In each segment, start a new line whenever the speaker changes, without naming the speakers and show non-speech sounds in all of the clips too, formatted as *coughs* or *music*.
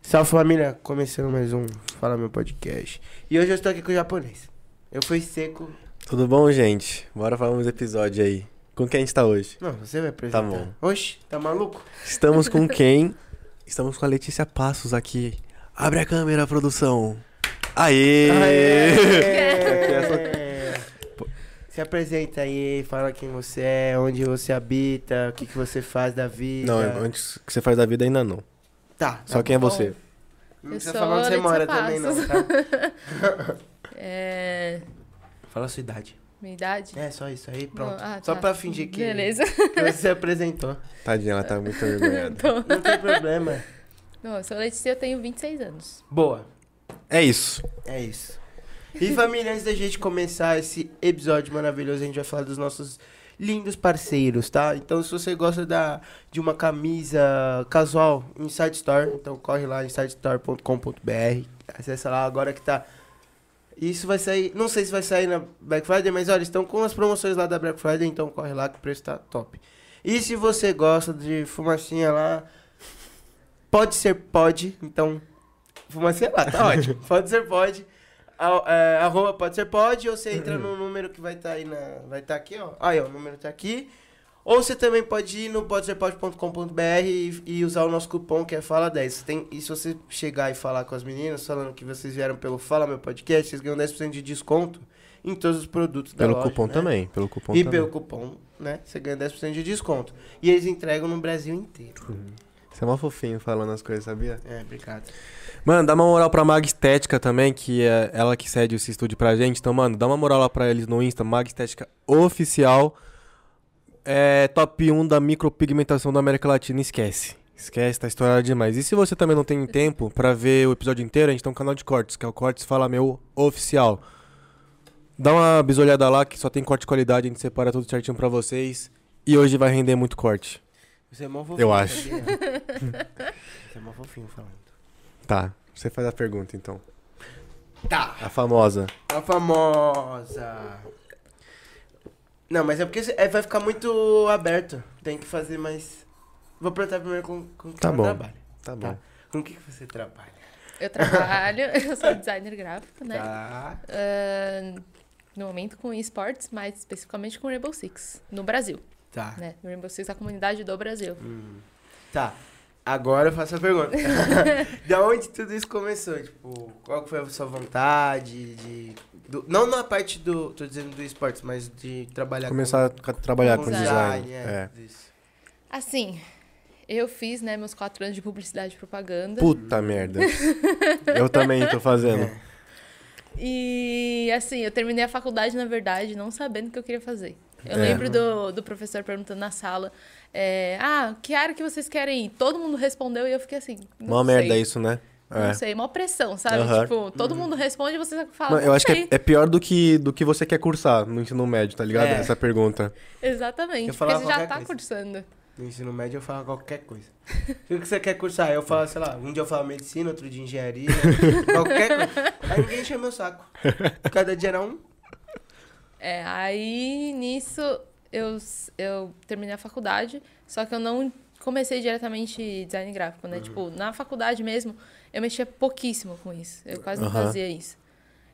Salve família, começando mais um Fala Meu Podcast. E hoje eu estou aqui com o japonês. Eu fui seco.
Tudo bom, gente? Bora falar uns episódios aí. Com quem a gente tá hoje?
Não, você vai apresentar.
bom.
Oxi, tá maluco?
Estamos com quem? Estamos com a Letícia Passos aqui. Abre a câmera, produção. Aê!
*laughs* Aê! É. Se apresenta aí, fala quem você é, onde você habita, o que, que você faz da vida.
Não, antes que você faz da vida ainda não.
Tá. tá
Só quem é
bom.
você.
Não
Eu
precisa
sou
falar onde
a
você
Letícia
mora também, não, tá?
É.
Fala a sua idade.
Minha idade?
É, só isso aí,
Não,
pronto.
ah,
Só
tá.
pra fingir que,
Beleza. *laughs*
que você se apresentou.
Tadinha,
É.
ela tá muito
*laughs*
envergonhada.
Tô.
Não tem problema.
Não, eu sou Letícia e eu tenho 26 anos.
Boa.
É isso.
É isso. E família, antes da gente começar esse episódio maravilhoso, a gente vai falar dos nossos lindos parceiros, tá? Então, se você gosta da, de uma camisa casual, Inside Store, então corre lá, insidestore.com.br, acessa lá agora que tá... Isso vai sair, não sei se vai sair na Black Friday, mas olha, estão com as promoções lá da Black Friday, então corre lá que o preço tá top. E se você gosta de fumacinha lá, pode ser pode, então fumacinha lá, tá
*laughs*
ótimo. pode ser pode. Al- é, arroba pode ser pode, ou você entra no número que vai estar aí na. Vai estar aqui, ó. Aí, ó, o número tá aqui. Ou você também pode ir no podeserpode.com.br e, e usar o nosso cupom que é Fala 10. Você Tem, e se você chegar e falar com as meninas, falando que vocês vieram pelo Fala Meu Podcast, vocês ganham 10% de desconto em todos os produtos da
Pelo
loja,
cupom
né?
também. Pelo cupom
E
também.
pelo cupom, né? Você ganha 10% de desconto. E eles entregam no Brasil inteiro.
Você é mó fofinho falando as coisas, sabia?
É, obrigado.
Mano, dá uma moral pra Mag Estética também, que é ela que cede esse estúdio pra gente. Então, mano, dá uma moral lá pra eles no Insta, Mag Estética Oficial. É top 1 da micropigmentação da América Latina, esquece. Esquece, tá estourado demais. E se você também não tem tempo pra ver o episódio inteiro, a gente tem um canal de cortes, que é o Cortes Fala Meu Oficial. Dá uma bisolhada lá, que só tem corte de qualidade, a gente separa tudo certinho pra vocês. E hoje vai render muito corte.
Você é mó fofinho.
Eu acho.
sabia? *laughs* Você é mó fofinho falando.
Tá, você faz a pergunta então.
Tá.
A famosa.
A famosa. Não, mas é porque é- vai ficar muito aberto. Tem que fazer mais. Vou perguntar primeiro com, com que
Tá
ela
bom.
trabalha.
Tá
bom. Com o que, que você trabalha?
Eu trabalho, *laughs* eu sou designer gráfico, né?
Tá.
Ahn, no momento com esportes, mais especificamente com Rainbow Six, no Brasil,
Tá.
né? Rainbow Six, a comunidade do Brasil.
Hum. Tá. Agora eu faço a pergunta. *laughs* da onde tudo isso começou? Tipo, qual que foi a sua vontade de. do- não na parte do. tô dizendo do esportes, mas de trabalhar
Começar
com.
a trabalhar com,
com
design.
é,
É.
disso.
Assim, eu fiz, né, meus quatro anos de publicidade e propaganda.
Puta merda. Eu também tô
*laughs*
fazendo.
É.
E assim, eu terminei a faculdade, na verdade, não sabendo o que eu queria fazer. Eu
É.
lembro do, do professor perguntando na sala: é, Ah, que área que vocês querem ir? Todo mundo respondeu e eu fiquei assim. Não
Mó
sei,
merda isso, né?
Não
É.
sei, mó pressão, sabe?
Aham.
Tipo,
Uhum.
todo mundo responde e você fala.
Mano, eu
"Não
acho que
sei."
é, é pior do que, do que você quer cursar no ensino médio, tá ligado?
É.
Essa pergunta.
Exatamente,
Eu
porque
falava
você já
qualquer
tá
coisa.
cursando.
No ensino médio eu falo qualquer coisa. O que você quer cursar? Eu falo, sei lá, um dia eu falo medicina, outro dia engenharia, qualquer coisa. Aí ninguém enche meu saco. Cada dia era um.
É, aí nisso eu, s- eu terminei a faculdade, só que eu não comecei diretamente design gráfico, né? Tipo, na faculdade mesmo, eu mexia pouquíssimo com isso. Eu quase não
Aham.
fazia isso.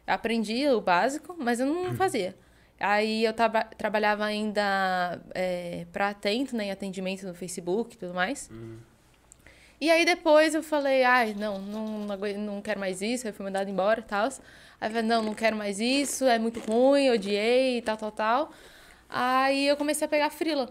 Eu aprendia o básico, mas eu não fazia. Aí eu traba- trabalhava ainda é, para atento, né? Em atendimento no Facebook e tudo mais. E aí depois eu falei, ai, não, não, agui- não quero mais isso, aí fui mandado embora e tal. Aí eu falei, não, não quero mais isso, é muito ruim, odiei e tal, tal, tal. Aí eu comecei a pegar frila.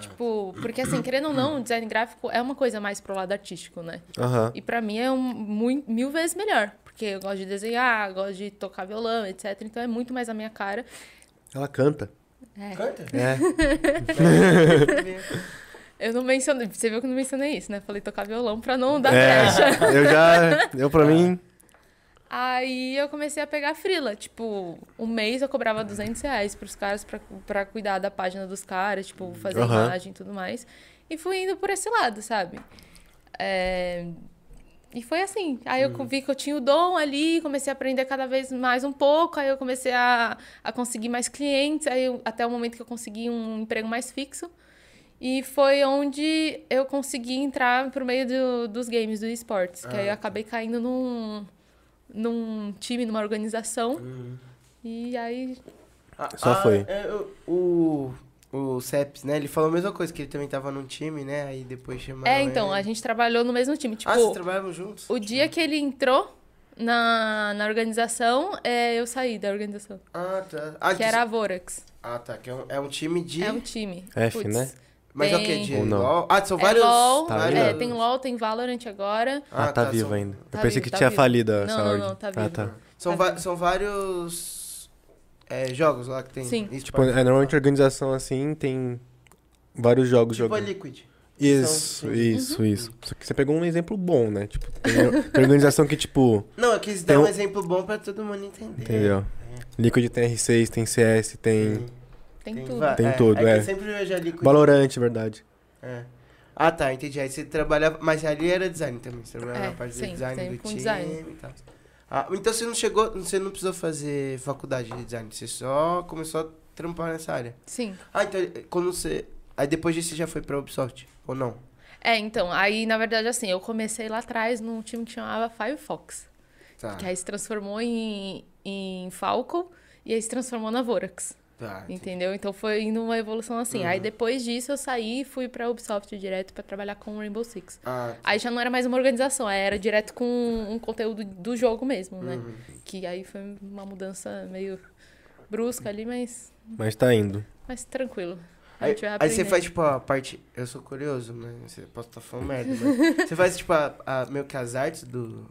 Tipo, porque assim, querendo ou não, design gráfico é uma coisa mais pro lado artístico, né?
Aham.
E pra mim é um, mui- mil vezes melhor. Porque eu gosto de desenhar, gosto de tocar violão, etc. Então é muito mais a minha cara.
Ela canta.
É.
Canta?
*laughs*
É.
Eu não mencionei, você viu que eu não mencionei isso, né? Falei tocar violão pra não dar brecha. Tá.
é. Eu já. Eu pra mim.
Aí eu comecei a pegar frila. Tipo, um mês eu cobrava 200 reais pros caras pra, pra cuidar da página dos caras, tipo, fazer
Aham.
imagem e tudo mais. E fui indo por esse lado, sabe? É, E foi assim. Aí eu vi que eu tinha o dom ali, comecei a aprender cada vez mais um pouco. Aí eu comecei a, a conseguir mais clientes. Aí eu- até o momento que eu consegui um emprego mais fixo. E foi onde eu consegui entrar por meio do- dos games, dos esportes. Que aí eu acabei caindo num, num time, numa organização.
Hum.
E aí.
Ah,
Só
ah,
foi.
é, o, o Ceps, né? Ele falou a mesma coisa, que ele também tava num time, né? Aí depois chamaram.
é, então,
ele.
a gente trabalhou no mesmo time. Tipo,
Ah, vocês trabalhavam juntos?
o dia que ele entrou na, na organização, é, eu saí da organização.
Ah, tá. Ah,
que era a Vorax.
ah tá. Que é, um, é um time de.
É um time.
F, né?
Mas é o que?
tem-
De
Ou não?
LOL? Ah, são
É
vários.
LOL,
Tá
vários-
é, tem LOL, tem Valorant agora.
Ah, tá, vivo
são-
ainda.
tá
eu pensei
vivo,
que
tá
tinha
vivo.
falido essa
Não, não,
org.
não, tá
Ah,
vivo.
tá.
São, va- são vários é, jogos lá que tem.
Sim.
esportes.
Tipo, é normalmente é um organização assim tem vários jogos
Tipo a
jogando.
Liquid.
Isso,
são-
isso,
Uhum.
isso. Só que você pegou um exemplo bom, né? Tipo, tem, tem organização que, tipo,
Não, eu quis
Tem
dar um
um-
exemplo bom pra todo mundo entender.
entendeu?
É.
Liquid tem R6, tem CS, tem
Tem, tudo.
va-
Tem tudo,
que
é.
eu sempre vejo a Liquid.
Valorant, verdade.
É. Ah, tá, entendi. Aí você trabalhava. Mas ali era design também. Você trabalhava
É,
na parte
sim,
do design
sempre
do
com
time
design.
e tal. Ah, então você não chegou. Você não precisou fazer faculdade de design. Você só começou a trampar nessa área.
Sim.
Ah, então quando você. Aí depois disso você já foi pra Ubisoft, ou não?
É, então, aí, na verdade, assim, eu comecei lá atrás num time que chamava Firefox.
Tá.
Que aí se transformou em, em Falco e aí se transformou na Vorax.
Tá. entendi.
Entendeu? Então foi indo uma evolução assim. Aí depois disso eu saí e fui pra Ubisoft direto pra trabalhar com Rainbow Six.
Ah,
Aí já não era mais uma organização, aí era direto com um conteúdo do jogo mesmo, né?
Uhum.
Que aí foi uma mudança meio brusca ali, mas,
Mas tá
*clears throat*
indo.
mas tranquilo. A
Aí,
gente vai
aí você
aprendendo.
faz, tipo, a parte. Eu sou curioso, né? Você posso estar falando merda,
*laughs*
mas. você faz, tipo, a, a- meio que as artes do.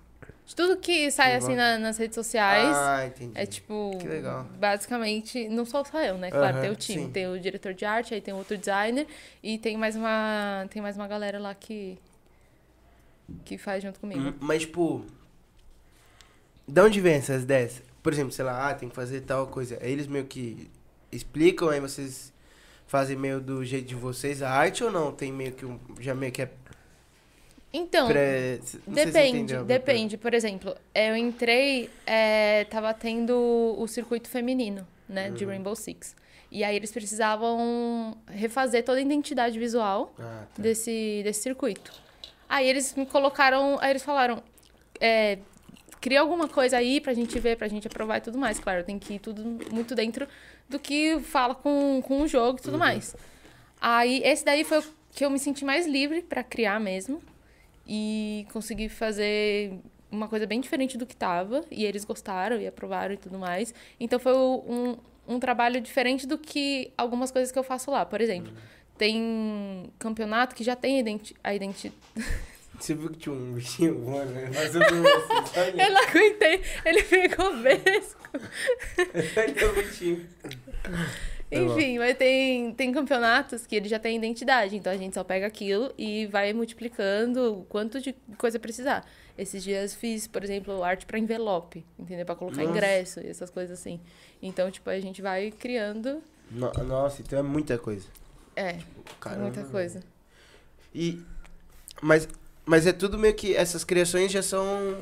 De Tudo que sai
Uhum.
assim na- nas redes sociais.
ah, entendi.
É tipo.
Que legal.
Basicamente, não sou só eu, né? Claro,
Aham,
tem o time,
sim.
tem o diretor de arte, aí tem outro designer e tem mais uma. Tem mais uma galera lá que. Que faz junto comigo.
Hum, Mas, tipo. De onde vem essas ideias? Por exemplo, sei lá, ah, tem que fazer tal coisa. Aí Eles meio que explicam, aí vocês fazem meio do jeito de vocês a arte ou não? Tem meio que um. Já meio que é
Então,
pré. não sei se
depende,
entendeu a minha
depende. Por exemplo, eu entrei, é, tava tendo o circuito feminino, né?
Uhum.
De Rainbow Six. E aí eles precisavam refazer toda a identidade visual.
pergunta. Ah, tá.
desse, desse circuito. Aí eles me colocaram, aí eles falaram, é, cria alguma coisa aí pra gente ver, pra gente aprovar e tudo mais. Claro, tem que ir tudo muito dentro do que fala com, com o jogo e tudo mais. Aí esse daí foi o que eu me senti mais livre pra criar mesmo. E consegui fazer uma coisa bem diferente do que tava. E eles gostaram e aprovaram e tudo mais. Então foi um, um trabalho diferente do que algumas coisas que eu faço lá. Por exemplo, tem campeonato que já tem identi a identidade.
Você viu que tinha um bichinho voando, né? Mas eu não
*laughs*
né? *laughs*
Eu não aguentei, ele ficou vesgo.
Olha o é um bichinho. É
Enfim, mas tem, tem campeonatos que ele já tem identidade, então a gente só pega aquilo e vai multiplicando o quanto de coisa precisar. Esses dias fiz, por exemplo, arte para envelope, entendeu? Para colocar
Nossa.
ingresso e essas coisas assim. Então, tipo, a gente vai criando.
No- nossa, então é muita coisa.
É,
Caramba.
muita coisa.
E. Mas, mas é tudo meio que. Essas criações já são.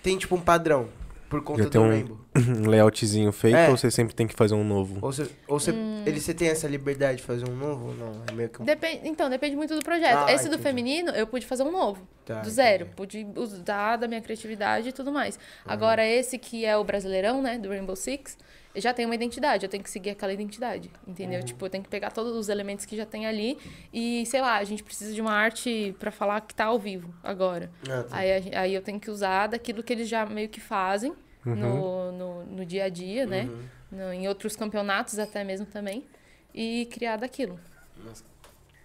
Tem tipo um padrão. Por conta
Já tem
do
um-
Rainbow.
Um layoutzinho feito
É.
ou você sempre tem que fazer um novo?
Ou você. Ou você,
Hum.
ele, você tem essa liberdade de fazer um novo ou não? É meio que um.
Depende, então, depende muito do projeto.
Ah,
Esse do
entendi.
feminino, eu pude fazer um novo.
Tá,
do zero.
entendi. Uhum.
Pude usar da minha criatividade e tudo mais. Agora, esse que é o brasileirão, né? Do Rainbow Six, já tem uma identidade. Eu tenho que seguir aquela identidade. Entendeu?
Uhum.
Tipo, eu tenho que pegar todos os elementos que já tem ali. E, sei lá, a gente precisa de uma arte pra falar que tá ao vivo agora.
Ah, tá.
Aí, a gen- aí eu tenho que usar daquilo que eles já meio que fazem
Uhum.
no, no, no dia a dia, né? No- em outros campeonatos até mesmo também. E criar daquilo.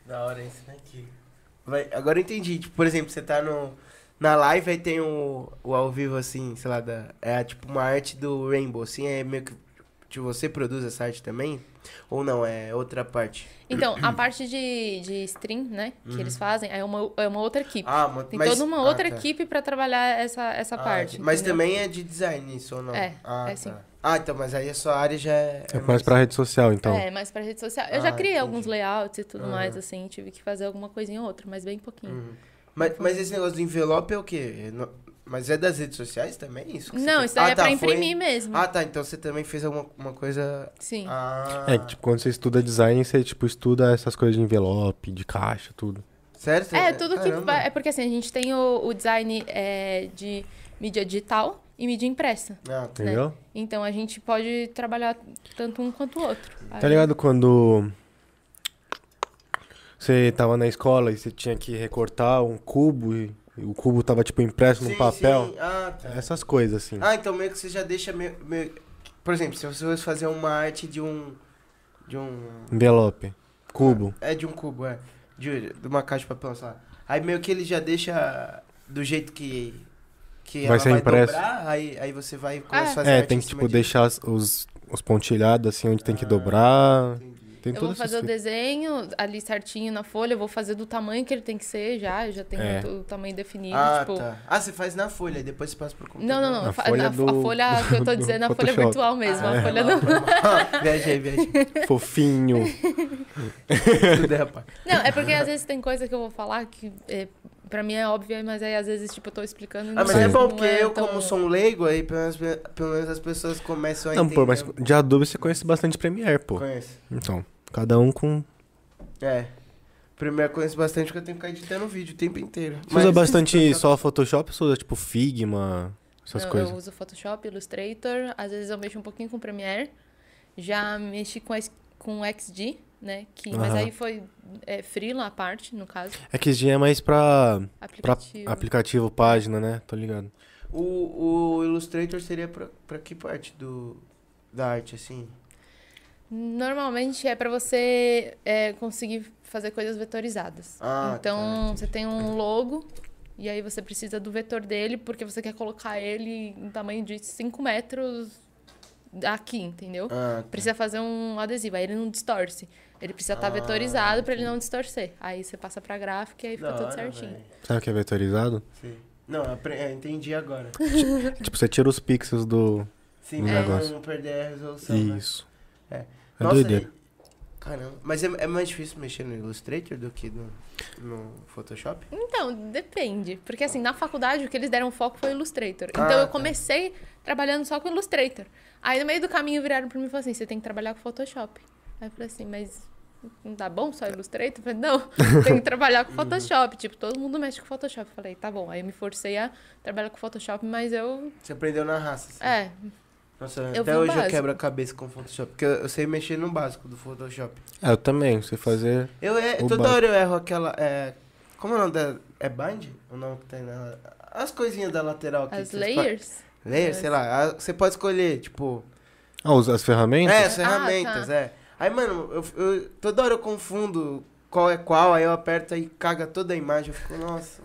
Da hora isso daqui. Vai, agora eu entendi. Tipo, por exemplo, você tá no. Na live aí tem o, o ao vivo, assim, sei lá, da, é tipo uma arte do Rainbow, assim, é meio que. Tipo, você produz essa arte também? Ou não, é outra parte?
Então,
Uhum.
a parte de, de stream, né? Que eles fazem, é uma, é uma outra equipe.
Ah, ma-
Tem
mas-
toda uma
ah,
outra
tá.
equipe pra trabalhar essa, essa
Ah,
parte.
Mas
entendeu?
também é de design isso ou não?
É,
ah,
é sim.
Tá. Ah, então, mas aí a sua área já é.
É mais pra rede social, então.
É, mais pra rede social. Eu
Ah,
já criei
entendi.
alguns layouts e tudo
Aham. Hum.
mais, assim. Tive que fazer alguma coisinha ou outra, mas bem pouquinho.
Uhum. Mas, mas esse negócio do envelope é o quê? É no- Mas é das redes sociais também? Isso que você
Não,
tem-
isso daí
Ah,
é
tá,
pra
foi-
imprimir mesmo.
Ah, tá. Então você também fez alguma uma coisa.
Sim.
Ah,
É, tipo, quando você estuda design, você, tipo, estuda essas coisas de envelope, de caixa, tudo.
certo?
É, tudo que.
Caramba.
vai- É porque assim, a gente tem o, o design é, de mídia digital e mídia impressa.
Ah, tá.
Entendeu?
Então a gente pode trabalhar tanto um quanto o outro.
É.
Tá ligado quando você tava na escola e você tinha que recortar um cubo e e o cubo tava tipo impresso num
Sim,
papel?
sim. Ah, tá.
Essas coisas assim.
Ah, então meio que você já deixa meio, meio- Por exemplo, se você fosse fazer uma arte de um. De um.
Envelope, cubo.
É de um cubo, é. De, de uma caixa de papel, sei lá. Aí meio que ele já deixa do jeito que. Que
Vai
ela
ser
vai
impresso.
dobrar, aí, aí você vai e começa a
É.
fazer
É,
arte
tem
em
que
cima
tipo
disso.
deixar as- os, os pontilhados assim onde tem que
Ah.
dobrar.
Entendi.
Tem
Eu vou
todas essas
fazer o
coisas.
desenho ali certinho na folha, eu vou fazer do tamanho que ele tem que ser já, eu já tenho
É.
o tamanho definido.
Ah,
tipo...
tá. Ah, você faz na folha, depois você passa pro computador.
Não, não, não.
Na
A fa-
folha
na-
do-
a folha que eu tô
do
dizendo é a folha
Photoshop. é.
virtual mesmo.
Ah,
a folha
não,
do... *laughs*
não. viajei, viajei. *laughs*
Fofinho.
Tudo é, rapaz.
Não, é porque às vezes tem coisa que eu vou falar que é, pra mim é óbvia, mas aí às vezes, tipo, eu tô explicando. e
Ah, mas
Sim.
é
não
bom, porque
é
eu,
tão-
como sou um leigo, aí pelo menos, pelo menos as pessoas começam a
Não,
entender.
pô, mas de Adobe você conhece bastante Premiere, pô.
Conheço.
Então, cada um com.
É. Primeiro eu conheço bastante porque eu tenho que ficar editando vídeo o tempo inteiro.
Você usa bastante só Photoshop ou você usa tipo Figma, essas
Não,
coisas?
Eu uso Photoshop, Illustrator, às vezes eu mexo um pouquinho com Premiere. Já mexi com, es- com XD, né? Que, Mas
Aham.
aí foi é, freela a parte, no caso,
XG é mais pra Pra
aplicativo.
aplicativo, página, né? Tô ligado.
O, o Illustrator seria pra, pra que parte do, da arte, assim?
Normalmente é pra você é, conseguir fazer coisas vetorizadas.
Ah, tá,
então
entendi.
você tem um logo e aí você precisa do vetor dele porque você quer colocar ele em tamanho de 5 metros aqui, entendeu?
Ah, tá.
Precisa fazer um adesivo, aí ele não distorce. Ele precisa estar
Ah,
vetorizado pra ele não distorcer. Aí você passa pra gráfica e aí fica
Da
tudo
hora,
certinho.
velho.
Sabe o que
*laughs*
é vetorizado?
Sim. Não, eu apre- eu entendi agora.
tipo, você tira os pixels do.
Sim,
Um
pra
negócio.
não perder a resolução. né?
Isso.
É.
É
Nossa,
doideira.
e- Caramba. Mas é, é mais difícil mexer no Illustrator do que no, no Photoshop?
Então, depende. Porque assim, na faculdade o que eles deram foco foi o Illustrator.
Ah,
Então eu
tá.
comecei trabalhando só com o Illustrator. Aí no meio do caminho viraram pra mim e falaram assim: você tem que trabalhar com Photoshop. Aí eu falei assim, mas não dá bom só Illustrator? Eu falei,
*laughs*
não, tem que trabalhar com Photoshop.
Uhum.
Tipo, todo mundo mexe com Photoshop. Eu falei, tá bom. Aí eu me forcei a trabalhar com Photoshop, mas eu.
Você aprendeu na raça. assim.
É,
Nossa,
Eu
até
vi o
hoje eu
básico.
quebro a cabeça com o Photoshop, porque eu, eu sei mexer no básico do Photoshop.
É, eu também, você fazer.
Eu é,
O
toda
básico.
hora eu erro aquela. É, como é o nome da. É bind? O nome que tem na. As coisinhas da lateral aqui.
as
que você
layers.
escolhe- Layers, sei lá. a- Você pode escolher, tipo.
Ah, os- as ferramentas?
É, as
Ah,
ferramentas,
tá.
é. Aí, mano, eu, eu- toda hora eu confundo qual é qual, aí eu aperto e caga toda a imagem. Eu fico, nossa,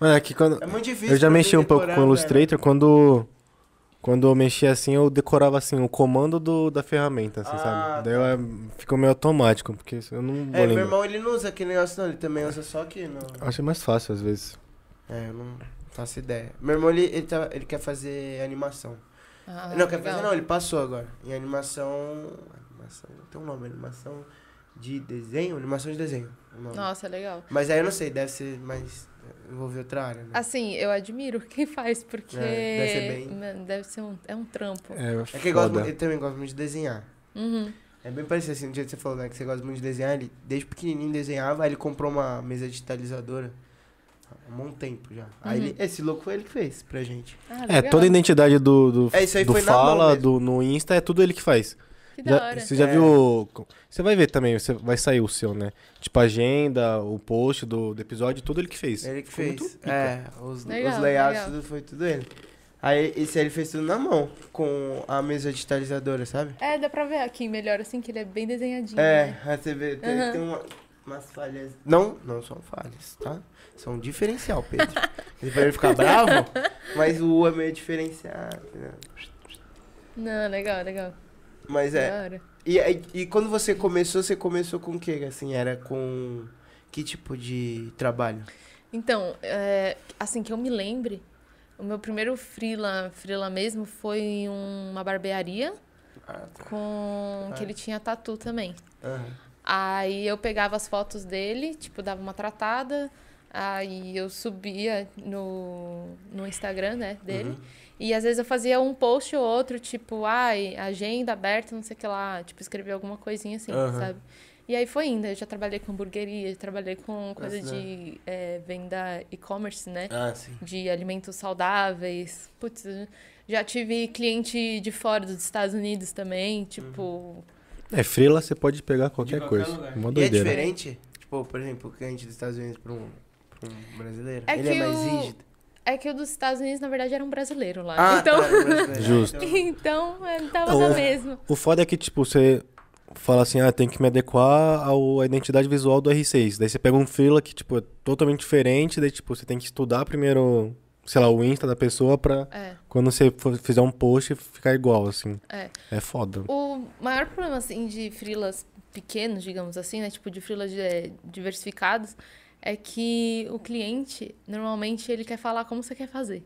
Mano, é que quando.
é muito difícil.
Eu já
pra mim
mexi um pouco
decorar,
com o
velho.
Illustrator quando. Quando eu mexia assim, eu decorava assim, o comando do, da ferramenta, assim,
Ah,
sabe? Daí eu, é, ficou meio automático, porque eu não vou
É, meu
lembrar.
irmão, ele não usa aquele negócio, não. Ele também usa só que não.
Eu Achei mais fácil às vezes.
É, eu não faço ideia. Meu irmão, ele, ele, tá- ele quer fazer animação.
Ah,
não, quer
legal.
fazer não, ele passou agora. Em animação... Animação... Tem um nome, animação de desenho? Animação de desenho. o nome.
Nossa, é legal.
Mas aí eu não sei, deve ser mais... Envolver outra área, né?
Assim, eu admiro quem faz, porque.
É, deve ser bem-
Mano, deve ser um, é um trampo.
É,
É que ele, gosta,
foda.
mu- ele também gosta muito de desenhar.
Uhum.
É bem parecido assim, do jeito que você falou, né? Que você gosta muito de desenhar. Ele, desde pequenininho, desenhava. Aí ele comprou uma mesa digitalizadora. Há um bom tempo já. Aí
Uhum.
ele- esse louco foi ele que fez pra gente.
Ah,
É,
legal.
toda a identidade do, do,
É, isso aí
do
foi na mão
Fala,
mesmo.
do, no Insta, é tudo ele que faz.
Que da
Já,
hora.
você já
É.
viu. Você vai ver também, você vai sair o seu, né? Tipo, a agenda, o post do, do episódio, tudo ele que fez.
Ele que
Ficou muito
fez.
pica.
É, os,
Legal,
os layouts,
legal.
tudo, foi tudo ele. Aí esse aí ele fez tudo na mão, com a mesa digitalizadora, sabe?
É, dá pra ver aqui melhor, assim, que ele é bem desenhadinho.
É,
né?
aí você vê, tem,
Aham.
tem uma- umas falhas. Não, não são falhas, tá? São um diferencial, Pedro.
*laughs*
ele vai ficar bravo, mas o U é meio diferenciado, né?
Não, legal, legal.
Mas é,
Da hora.
E, aí- e quando você começou, você começou com o que, assim? Era com que tipo de trabalho?
Então, é, assim que eu me lembre, o meu primeiro freela, freela mesmo foi em uma barbearia
Ah, tá.
com que
Ah.
ele tinha tatu também.
Aham.
Aí eu pegava as fotos dele, tipo, dava uma tratada. Aí eu subia no, no Instagram, né, dele. E às vezes eu fazia um post ou outro, tipo, ai, agenda aberta, não sei o que lá. Tipo, escrever alguma coisinha assim,
Aham.
sabe? E aí foi indo. Eu já trabalhei com hamburgueria, já trabalhei com coisa
Nossa,
de eh, venda e-commerce, né?
Ah, sim.
de alimentos saudáveis. Putz, já tive cliente de fora dos Estados Unidos também, tipo.
É, frila você pode pegar qualquer,
qualquer
coisa.
lugar.
Uma
E é
doideira.
diferente? Tipo, por exemplo, o cliente dos Estados Unidos pra um, pra um brasileiro?
É
Ele
que
é mais
o-
rígido?
é que o dos Estados Unidos, na verdade, era um brasileiro lá.
Ah,
então,
tá, era brasileiro.
Justo.
Então,
*laughs* então é, tava
Não,
na
o-
mesma.
O foda é que, tipo, você fala assim, ah, tem que me adequar ao, à identidade visual do R6. Daí você pega um frila que, tipo, é totalmente diferente, daí, tipo, você tem que estudar primeiro, sei lá, o Insta da pessoa pra
É,
quando você for- fizer um post ficar igual, assim.
é.
É foda.
O maior problema, assim, de frilas pequenos, digamos assim, né? Tipo, de frilas eh, diversificados, é que o cliente, normalmente, ele quer falar como você quer fazer.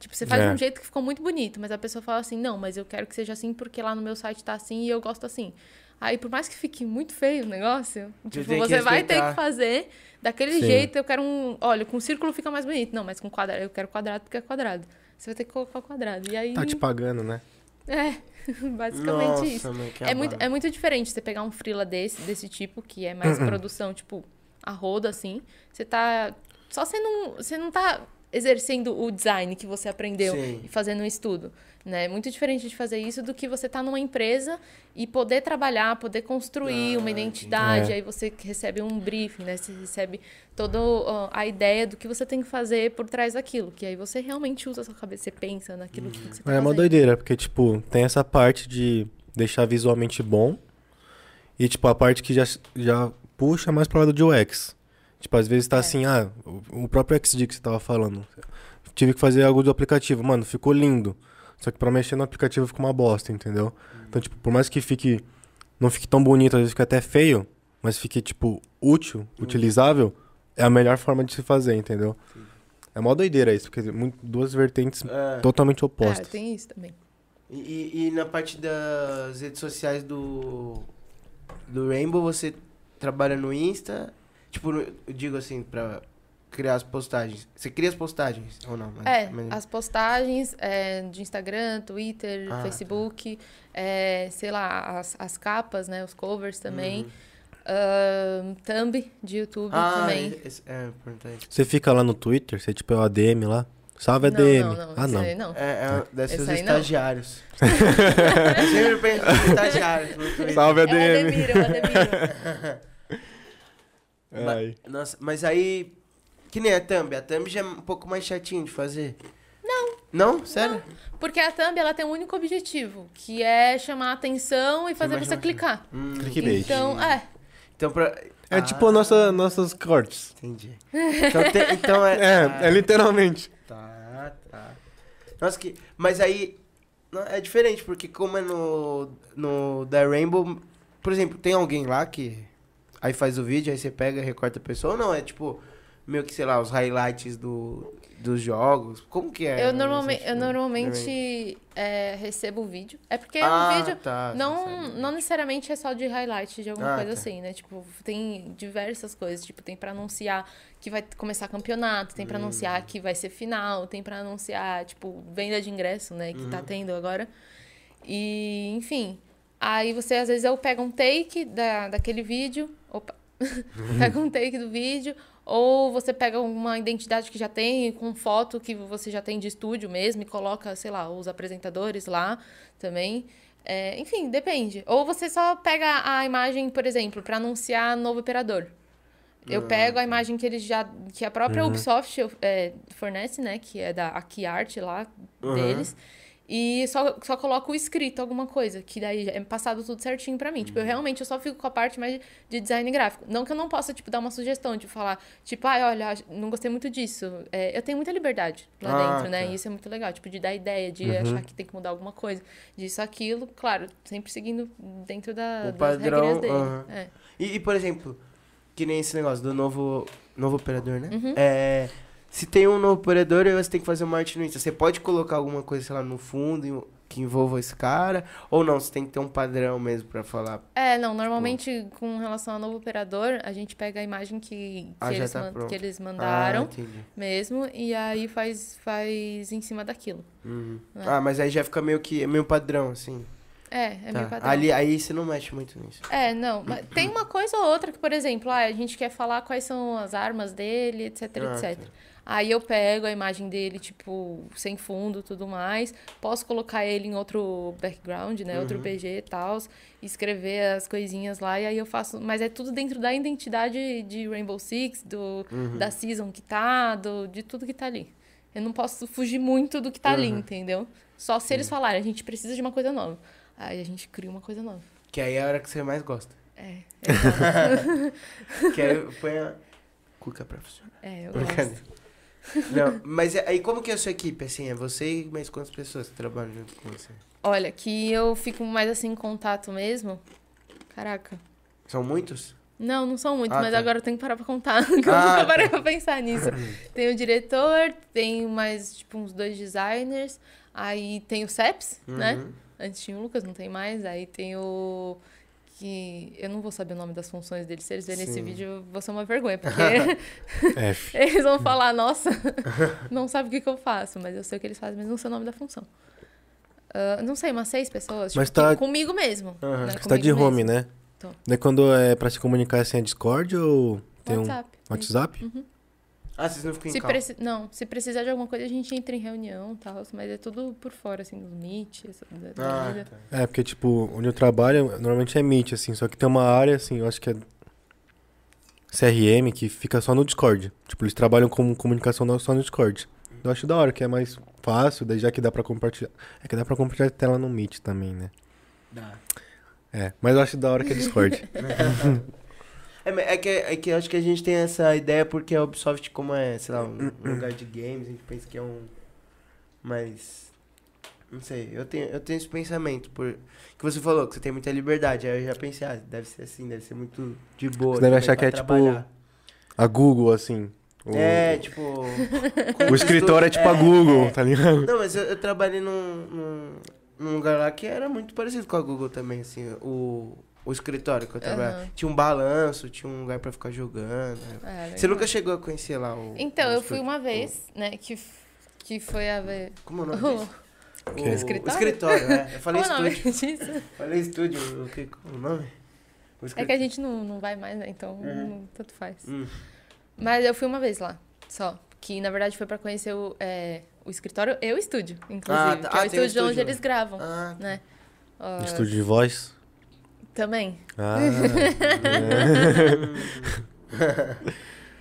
Tipo, você faz
É.
de um jeito que ficou muito bonito, mas a pessoa fala assim, não, mas eu quero que seja assim porque lá no meu site tá assim e eu gosto assim. Aí, por mais que fique muito feio o negócio, tipo,
tem que
você vai ter
respeitar.
que fazer daquele
Sim.
jeito, eu quero um... Olha, com círculo fica mais bonito. Não, mas com quadrado, eu quero quadrado porque é quadrado. Você vai ter que colocar o quadrado. E aí...
Tá te pagando, né?
É, *laughs* basicamente
Nossa,
isso.
mano, que
É muito,
abalo.
é muito diferente você pegar um frila desse, desse tipo, que é
Hum,
mais produção, tipo, a roda, assim. Você tá. Só você não. Você não tá exercendo o design que você aprendeu
Sim.
e fazendo um estudo. Né? É muito diferente de fazer isso do que você tá numa empresa e poder trabalhar, poder construir
Ah,
uma
entendi.
identidade.
É.
Aí você que recebe um briefing, né? Você recebe toda ó, a ideia do que você tem que fazer por trás daquilo. Que aí você realmente usa a sua cabeça, você pensa naquilo que
Uhum.
você tá
É uma
fazendo.
doideira, porque, tipo, tem essa parte de deixar visualmente bom e, tipo, a parte que já, já puxa mais pro lado de UX. Tipo, às vezes tá
É.
assim, ah, o, o próprio XD que você tava falando. Tive que fazer algo do aplicativo. Mano, ficou lindo. Só que pra mexer no aplicativo ficou uma bosta, entendeu?
Uhum.
Então, tipo, por mais que fique... Não fique tão bonito, às vezes fica até feio, mas fique, tipo, útil,
Uhum.
utilizável, é a melhor forma de se fazer, entendeu?
Entendi.
É mó doideira isso, porque mu- duas vertentes
É.
totalmente
Ah,
opostas.
tem isso também.
E, e na parte das redes sociais do, do Rainbow, você trabalha no Insta? Tipo, no- eu digo assim, pra criar as postagens. Você cria as postagens ou não? Mas-
É,
mas-
as postagens é, de Instagram, Twitter,
Ah, tá.
Facebook, é, sei lá, as, as capas, né? Os covers também.
Uhum.
Ahn, thumb de YouTube
Ah,
também.
esse- é, importante.
Você fica lá no Twitter, você tipo é o ADM lá. Salve
não,
ADM.
não, não,
ah,
isso
não. *laughs*
aí não.
É, é deve ser
Esse
os
aí não. *laughs*
estagiários. *laughs* Eu Sempre penso nos estagiários. no Twitter.
Salve
É o Ademir, é
*laughs*
o Ademir.
Ma- Nossa, mas aí. Que nem a thumb. A thumb já é um pouco mais chatinho de fazer. Não. Não? Sério?
Porque a thumb ela tem um único objetivo, que é chamar a atenção e fazer
mais
você
uma-
clicar.
Hum,
Clickbait.
Então, é.
Então pra.
É
Ah,
tipo a nossa, nossos cortes.
Entendi. Então, tem- então é.
*laughs* É, é literalmente.
Tá, tá. Nossa, que. Mas aí. não, É diferente, porque como é no. No da Rainbow. Por exemplo, tem alguém lá que. Aí faz o vídeo, aí você pega e recorta a pessoa. Ou não, é tipo. Meio que, sei lá, os highlights do, dos jogos. Como que é?
eu, normalmente, eu
Não sei, tipo,
normalmente é, recebo o vídeo. É porque
Ah,
o vídeo
tá,
não,
você sabe.
não necessariamente é só de highlight de alguma
Ah,
coisa
tá.
assim, né? Tipo, tem diversas coisas. Tipo, tem pra anunciar que vai começar campeonato, tem pra
Uhum.
anunciar que vai ser final, tem pra anunciar, tipo, venda de ingresso, né? Que
Uhum.
tá tendo agora. E, enfim. Aí você, às vezes, eu pego um take da, daquele vídeo. Opa! *laughs* pega um take do vídeo. Ou você pega uma identidade que já tem, com foto que você já tem de estúdio mesmo, e coloca, sei lá, os apresentadores lá também. É, enfim, depende. Ou você só pega a imagem, por exemplo, para anunciar novo operador. Eu pego a imagem que eles já. que a própria Ubisoft é, fornece, né? Que é da AkiArt lá deles. E só, só coloco o escrito, alguma coisa, que daí é passado tudo certinho pra mim. Tipo, eu realmente eu só fico com a parte mais de design gráfico. Não que eu não possa, tipo, dar uma sugestão, de falar, tipo, ai, olha, não gostei muito disso. É, eu tenho muita liberdade lá
Ah,
dentro, né?
tá. Uhum.
E isso é muito legal, tipo, de dar ideia, de achar que tem que mudar alguma coisa, disso, aquilo. Claro, sempre seguindo dentro da,
O
das
padrão,
regrinhas dele.
aham.
É. Uhum.
E, e, por exemplo, que nem esse negócio do novo, novo operador, né? É, Se tem um no operador, aí você tem que fazer uma arte no Insta. Você pode colocar alguma coisa, sei lá, no fundo em- que envolva esse cara, ou não, você tem que ter um padrão mesmo pra falar.
É, não,
Tipo,
normalmente com relação ao novo operador, a gente pega a imagem que, que,
Ah, já
eles,
tá
man-
pronto.
que eles
Ah,
mandaram
entendi.
mesmo, e aí faz, faz em cima daquilo.
Uhum.
É.
Ah, mas aí já fica meio que, é meio padrão, assim.
É,
Tá.
é meio padrão.
Ali, aí você não mexe muito nisso.
É, não, mas tem uma coisa ou outra que, por exemplo, ah, a gente quer falar quais são as armas dele, etc,
Ah,
etc.
tá.
Aí eu pego a imagem dele, tipo, sem fundo, tudo mais, posso colocar ele em outro background, né, outro PG e tal, escrever as coisinhas lá, e aí eu faço, mas é tudo dentro da identidade de Rainbow Six, do, da season que tá, do, de tudo que tá ali. Eu não posso fugir muito do que tá ali, entendeu? Só se eles falarem, a gente precisa de uma coisa nova. Aí a gente cria uma coisa nova.
Que aí é a hora que você mais gosta. *laughs*
É,
que aí põe a cuca pra funcionar.
é, eu gosto.
Brincadeira. Não, mas é- aí como que é a sua equipe, assim? É você e mais quantas pessoas que trabalham junto com você?
Olha, que eu fico mais assim em contato mesmo. Caraca.
São muitos?
Não, não são muitos,
Ah,
mas
tá.
agora eu tenho que parar pra contar. *laughs* que eu
Ah,
nunca parei pra pensar
*laughs*
nisso. Tem o diretor, tem mais, tipo, uns dois designers. Aí tem o Ceps, né?
Uhum.
Antes tinha o Lucas, não tem mais. Aí tem o. Que eu não vou saber o nome das funções dele. Se eles verem esse
Sim.
vídeo, eu vou ser
*laughs*
uma vergonha, porque
F.
*laughs* Eles vão
*laughs*
falar, nossa, não sabe o que, que eu faço, mas eu sei o que eles fazem, mas não sei o nome da função. Ah, não sei, umas seis pessoas.
Mas
tipo,
tá-
que- comigo mesmo.
Aham.
né?
Você tá de
Comigo
home,
mesmo.
né?
Tô.
Daí quando é pra se comunicar assim é Discord ou tem
WhatsApp.
um WhatsApp?
Ah, vocês não ficam em
Se
calma.
preci- Não, se precisar de alguma coisa, a gente entra em reunião e tal, mas é tudo por fora, assim, dos meet, né? essa da- da
Ah,
vida.
tá.
É, porque tipo, onde eu trabalho normalmente é Meet, assim, só que tem uma área assim, eu acho que é CRM que fica só no Discord. Tipo, eles trabalham com comunicação no- só no Discord. Eu acho da hora, que é mais fácil, daí já que dá pra compartilhar. É que dá pra compartilhar tela no Meet também, né?
Dá.
É, mas eu acho da hora que é Discord.
*laughs* É, mas é que, é que eu acho que a gente tem essa ideia porque a Ubisoft, como é, sei lá, um lugar de games, a gente pensa que é um. Mas. Não sei, eu tenho, eu tenho esse pensamento. Por, que você falou que você tem muita liberdade. Aí eu já pensei, ah, deve ser assim, deve ser muito de boa.
Você deve
também pra
achar que é, tipo,
trabalhar.
A Google, assim. O,
É, tipo.
*laughs* o escritório é tipo a Google, tá ligado?
Não, mas eu, eu trabalhei num, num, num lugar lá que era muito parecido com a Google também, assim, o, o escritório que eu trabalhava.
Aham.
Tinha um balanço, tinha um lugar pra ficar jogando. né?
É,
Você
legal.
nunca chegou a conhecer lá o.
Então,
o
eu
escri-
fui uma
tipo
vez, né, que, f- que foi a vez...
Como é o nome
Oh,
disso?
O
O
escritório?
escritório, né? Eu falei
como é o nome
estúdio.
*laughs* disso?
Falei estúdio, o que? Como é o nome? O
É
escri-
que a gente não, não vai mais, né, então
Uhum.
não- tanto faz.
Hum,
Mas eu fui uma vez lá, só. Que na verdade foi pra conhecer o, é, o escritório e o estúdio, inclusive.
Ah, tá.
que é
Ah,
o
tem o
estúdio,
estúdio
onde
lá.
eles gravam,
Ah,
né? Ah,
Estúdio de voz.
Também.
Ah,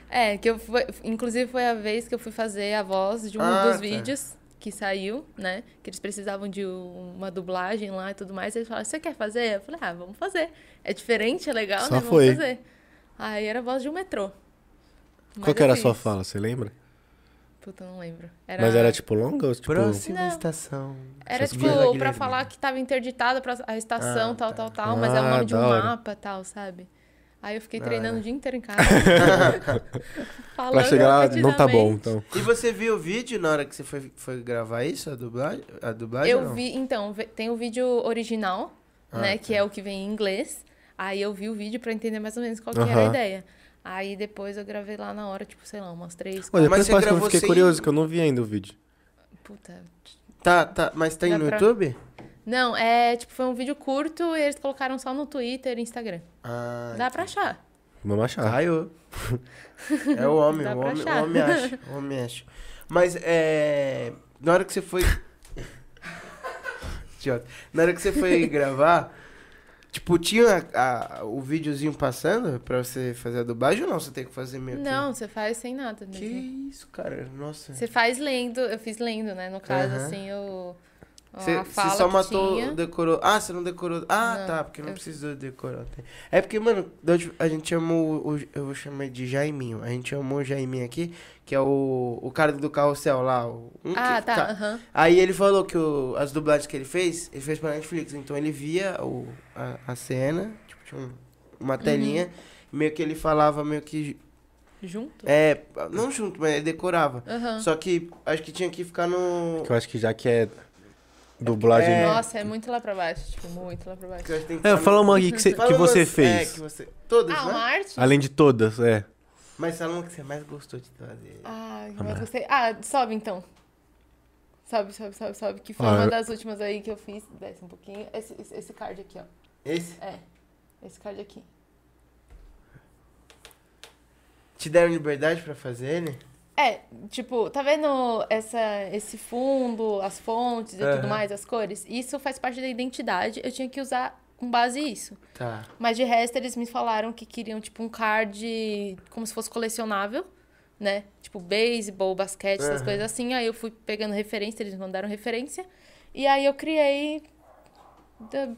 É, que eu fui, inclusive foi a vez que eu fui fazer a voz de um
Ah,
dos
tá.
vídeos que saiu, né? Que eles precisavam de uma dublagem lá e tudo mais. Eles falaram, você quer fazer? Eu falei, ah, vamos fazer. É diferente, é legal,
Só
né?
foi.
Vamos fazer. Aí era a voz de um metrô. Mas assim,
qual que
eu
era a
fiz.
sua fala, você lembra?
Puta, não lembro.
Mas era tipo longa ou tipo...
Próxima
Não.
estação.
Era
Só
tipo
Vila Guilherme.
pra falar
*laughs*
que tava interditada pra a estação,
Ah,
tal,
tá.
tal, tal, mas é o
Ah,
nome de um
da hora.
mapa, tal, sabe? Aí eu fiquei
Ah,
treinando
é.
o dia
*laughs*
inteiro em casa. falando
Pra chegar lá, não tá bom,
rapidamente.
então.
E você viu o vídeo na hora que você foi, foi gravar isso, a dublagem? A dublagem
Eu
não?
vi, então, ve- tem o vídeo original,
Ah,
né,
tá.
que é o que vem em inglês. Aí eu vi o vídeo pra entender mais ou menos qual que era a
Aham.
ideia. Aí depois eu gravei lá na hora, tipo, sei lá, umas três,
Olha,
Mas
quatro.
depois
você
passa, eu
gravou
fiquei
sem-
curioso, que eu não vi ainda o vídeo.
Puta.
Tá, tá, mas tem
Dá
no
pra-
YouTube?
Não, é, tipo, foi um vídeo curto e eles colocaram só no Twitter e Instagram.
Ah, então
Dá pra achar.
Vamos achar.
*laughs*
Caiu. É o homem,
Dá
o
pra
homem,
achar.
o homem acha. O homem acha. Mas é. Na hora que você foi. *laughs* Idiota. Na hora que você
*laughs*
foi gravar, tipo, tinha a- a- o videozinho passando pra você fazer a dublagem ou não? Você tem que fazer meio que-
Não, você faz sem nada mesmo.
Que isso, cara? Nossa.
Você faz lendo, eu fiz lendo, né? No caso,
Aham.
assim, eu.
Você
a
você
fala
só
que
matou,
tinha.
decorou. Ah, você não decorou. Ah,
Não,
tá, porque não
eu-
precisou decorar. até. É porque, mano, da última- a gente chamou. o- eu vou chamar de Jaiminho. A gente chamou o Jaiminho aqui, que é o, o cara do carrossel lá. o- um que-
Ah, tá. aham.
Aí ele falou que o- as dublagens que ele fez, ele fez pra Netflix. Então ele via o,
Uhum.
a, a cena, tipo, tinha um- uma telinha, meio que ele falava meio que
Junto?
É, não junto, mas decorava.
Aham.
Só que acho que tinha que ficar no.
Que eu acho que já que é dublagem. né?
É.
Nossa, é muito lá pra baixo. Tipo, muito lá pra
que
baixo.
eu acho que tem que
É,
ficar no-
fala uma aí que, cê-
Fala
que você
umas- É,
fez.
que você. Todas,
Ah,
né?
uma arte?
Além de todas, é.
Mas fala uma que você mais gostou de fazer.
Ai, mas gostei. Ah, sobe então. Sobe, sobe, sobe, sobe. Que foi
Ah,
uma
eu-
das últimas aí que eu fiz. Desce um pouquinho. Esse, esse, esse card aqui, ó.
Esse?
É. Esse card aqui.
Te deram liberdade pra fazer ele?
É, tipo, tá vendo essa, esse fundo, as fontes e tudo
Aham.
mais, as cores? Isso faz parte da identidade. Eu tinha que usar com base isso.
Tá.
Mas de resto, eles me falaram que queriam, tipo, um card como se fosse colecionável, né? Tipo, beisebol, basquete, essas
Aham.
coisas assim. Aí eu fui pegando referência, eles me mandaram referência. E aí eu criei da-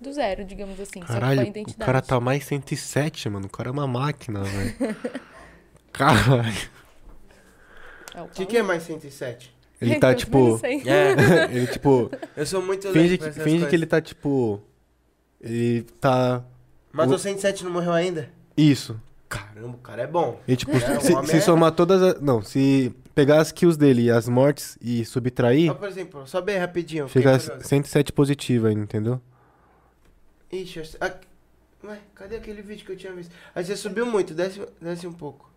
do zero, digamos assim. só com a
Caralho, o
identidade.
cara tá mais 107, mano. O cara é uma máquina, velho. Caralho.
É, o
O que, que é mais 107?
*laughs*
Ele
*laughs*
tá, tipo.
É.
*laughs* Ele, tipo,
*laughs* Eu sou muito
finge
lento pra
que,
essas
finge
coisas.
que ele tá, tipo. Ele tá.
Matou 107 e não morreu ainda?
Isso.
Caramba, o cara é bom.
E, tipo,
É, o
se,
homem
se
é-
somar todas as. Não, se pegar as kills dele e as mortes e subtrair,
Ó, por exemplo, só bem rapidinho. fiquei
fica assim.
curioso.
107 positivo ainda, entendeu?
Ixi, eu... ah, ué, cadê aquele vídeo que eu tinha visto? Aí você subiu muito, desce, desce um pouco.